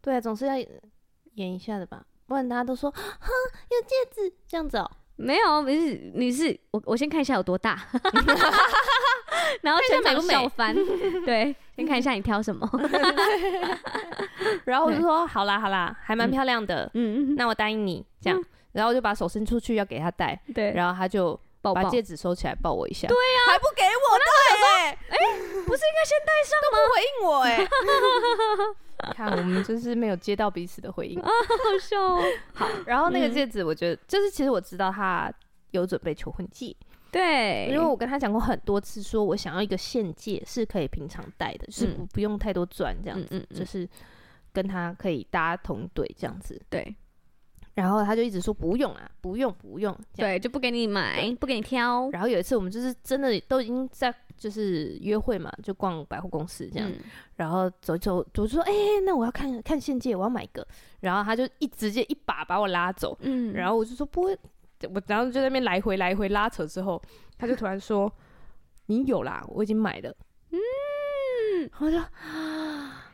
对啊，总是要演一下的吧，不然大家都说哼有戒指这样子哦、
没有，不是，你是我，我先看一下有多大。 然后全
看一下美不
场
美
笑翻。对，先看一下你 挑什么。
然后我就说好啦好啦，还蛮漂亮的，
嗯，
那我答应你这样。然后我就把手伸出去要给他戴，
对，后
然后他就
抱
把
抱。
戒指收起来嗯抱我一下，对呀、还不给我戴、欸，哎、
不是应该先戴上吗？
不回应我哎、 你看我们就是没有接到彼此的回应。
好笑哦。
然后那个
嗯
戒指，我觉得、就是其实我知道他有准备求婚戒，
对，
因为我跟他讲过很多次，说我想要一个限界是可以平常戴的，就是不不用太多钻这样
嗯
子，
嗯
就
嗯，
是跟他可以搭同队这样子。
对
然后他就一直说不用啊，不用不用这样。
对，就不给你买，不给你挑。
然后有一次我们就是真的都已经在就是约会嘛，就逛百货公司这样，
嗯
然后走一走，我就说哎、那我要看看限界，我要买一个。然后他就一直接一把把我拉走，
嗯，
然后我就说不会，我然后就在那边来回来回拉扯之后，他就突然说：“你有啦，我已经买了。”嗯，我就 啊，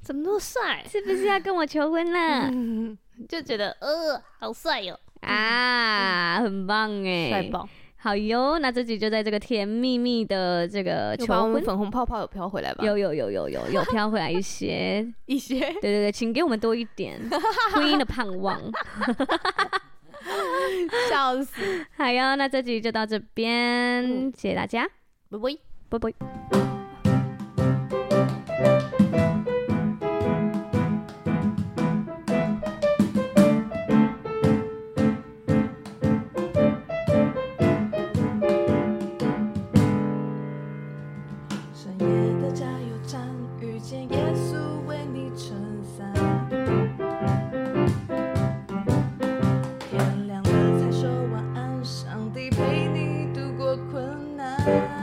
怎么那么帅？
是不是要跟我求婚了？
嗯，就觉得呃，好帅哟、
啊，很棒哎，
帅爆！
好哟，那这集就在这个甜蜜蜜的这个
有
求
把我们
婚，
粉红泡泡有飘回来吧？
有有有有有 有飘回来一些，
一些
对对对，请给我们多一 点婚姻的盼望。
笑死，
好哟，那这集就到这
嗯
边，谢谢大家，
拜拜。
拜拜。
深夜的加油站，遇见耶稣为你撑伞。安。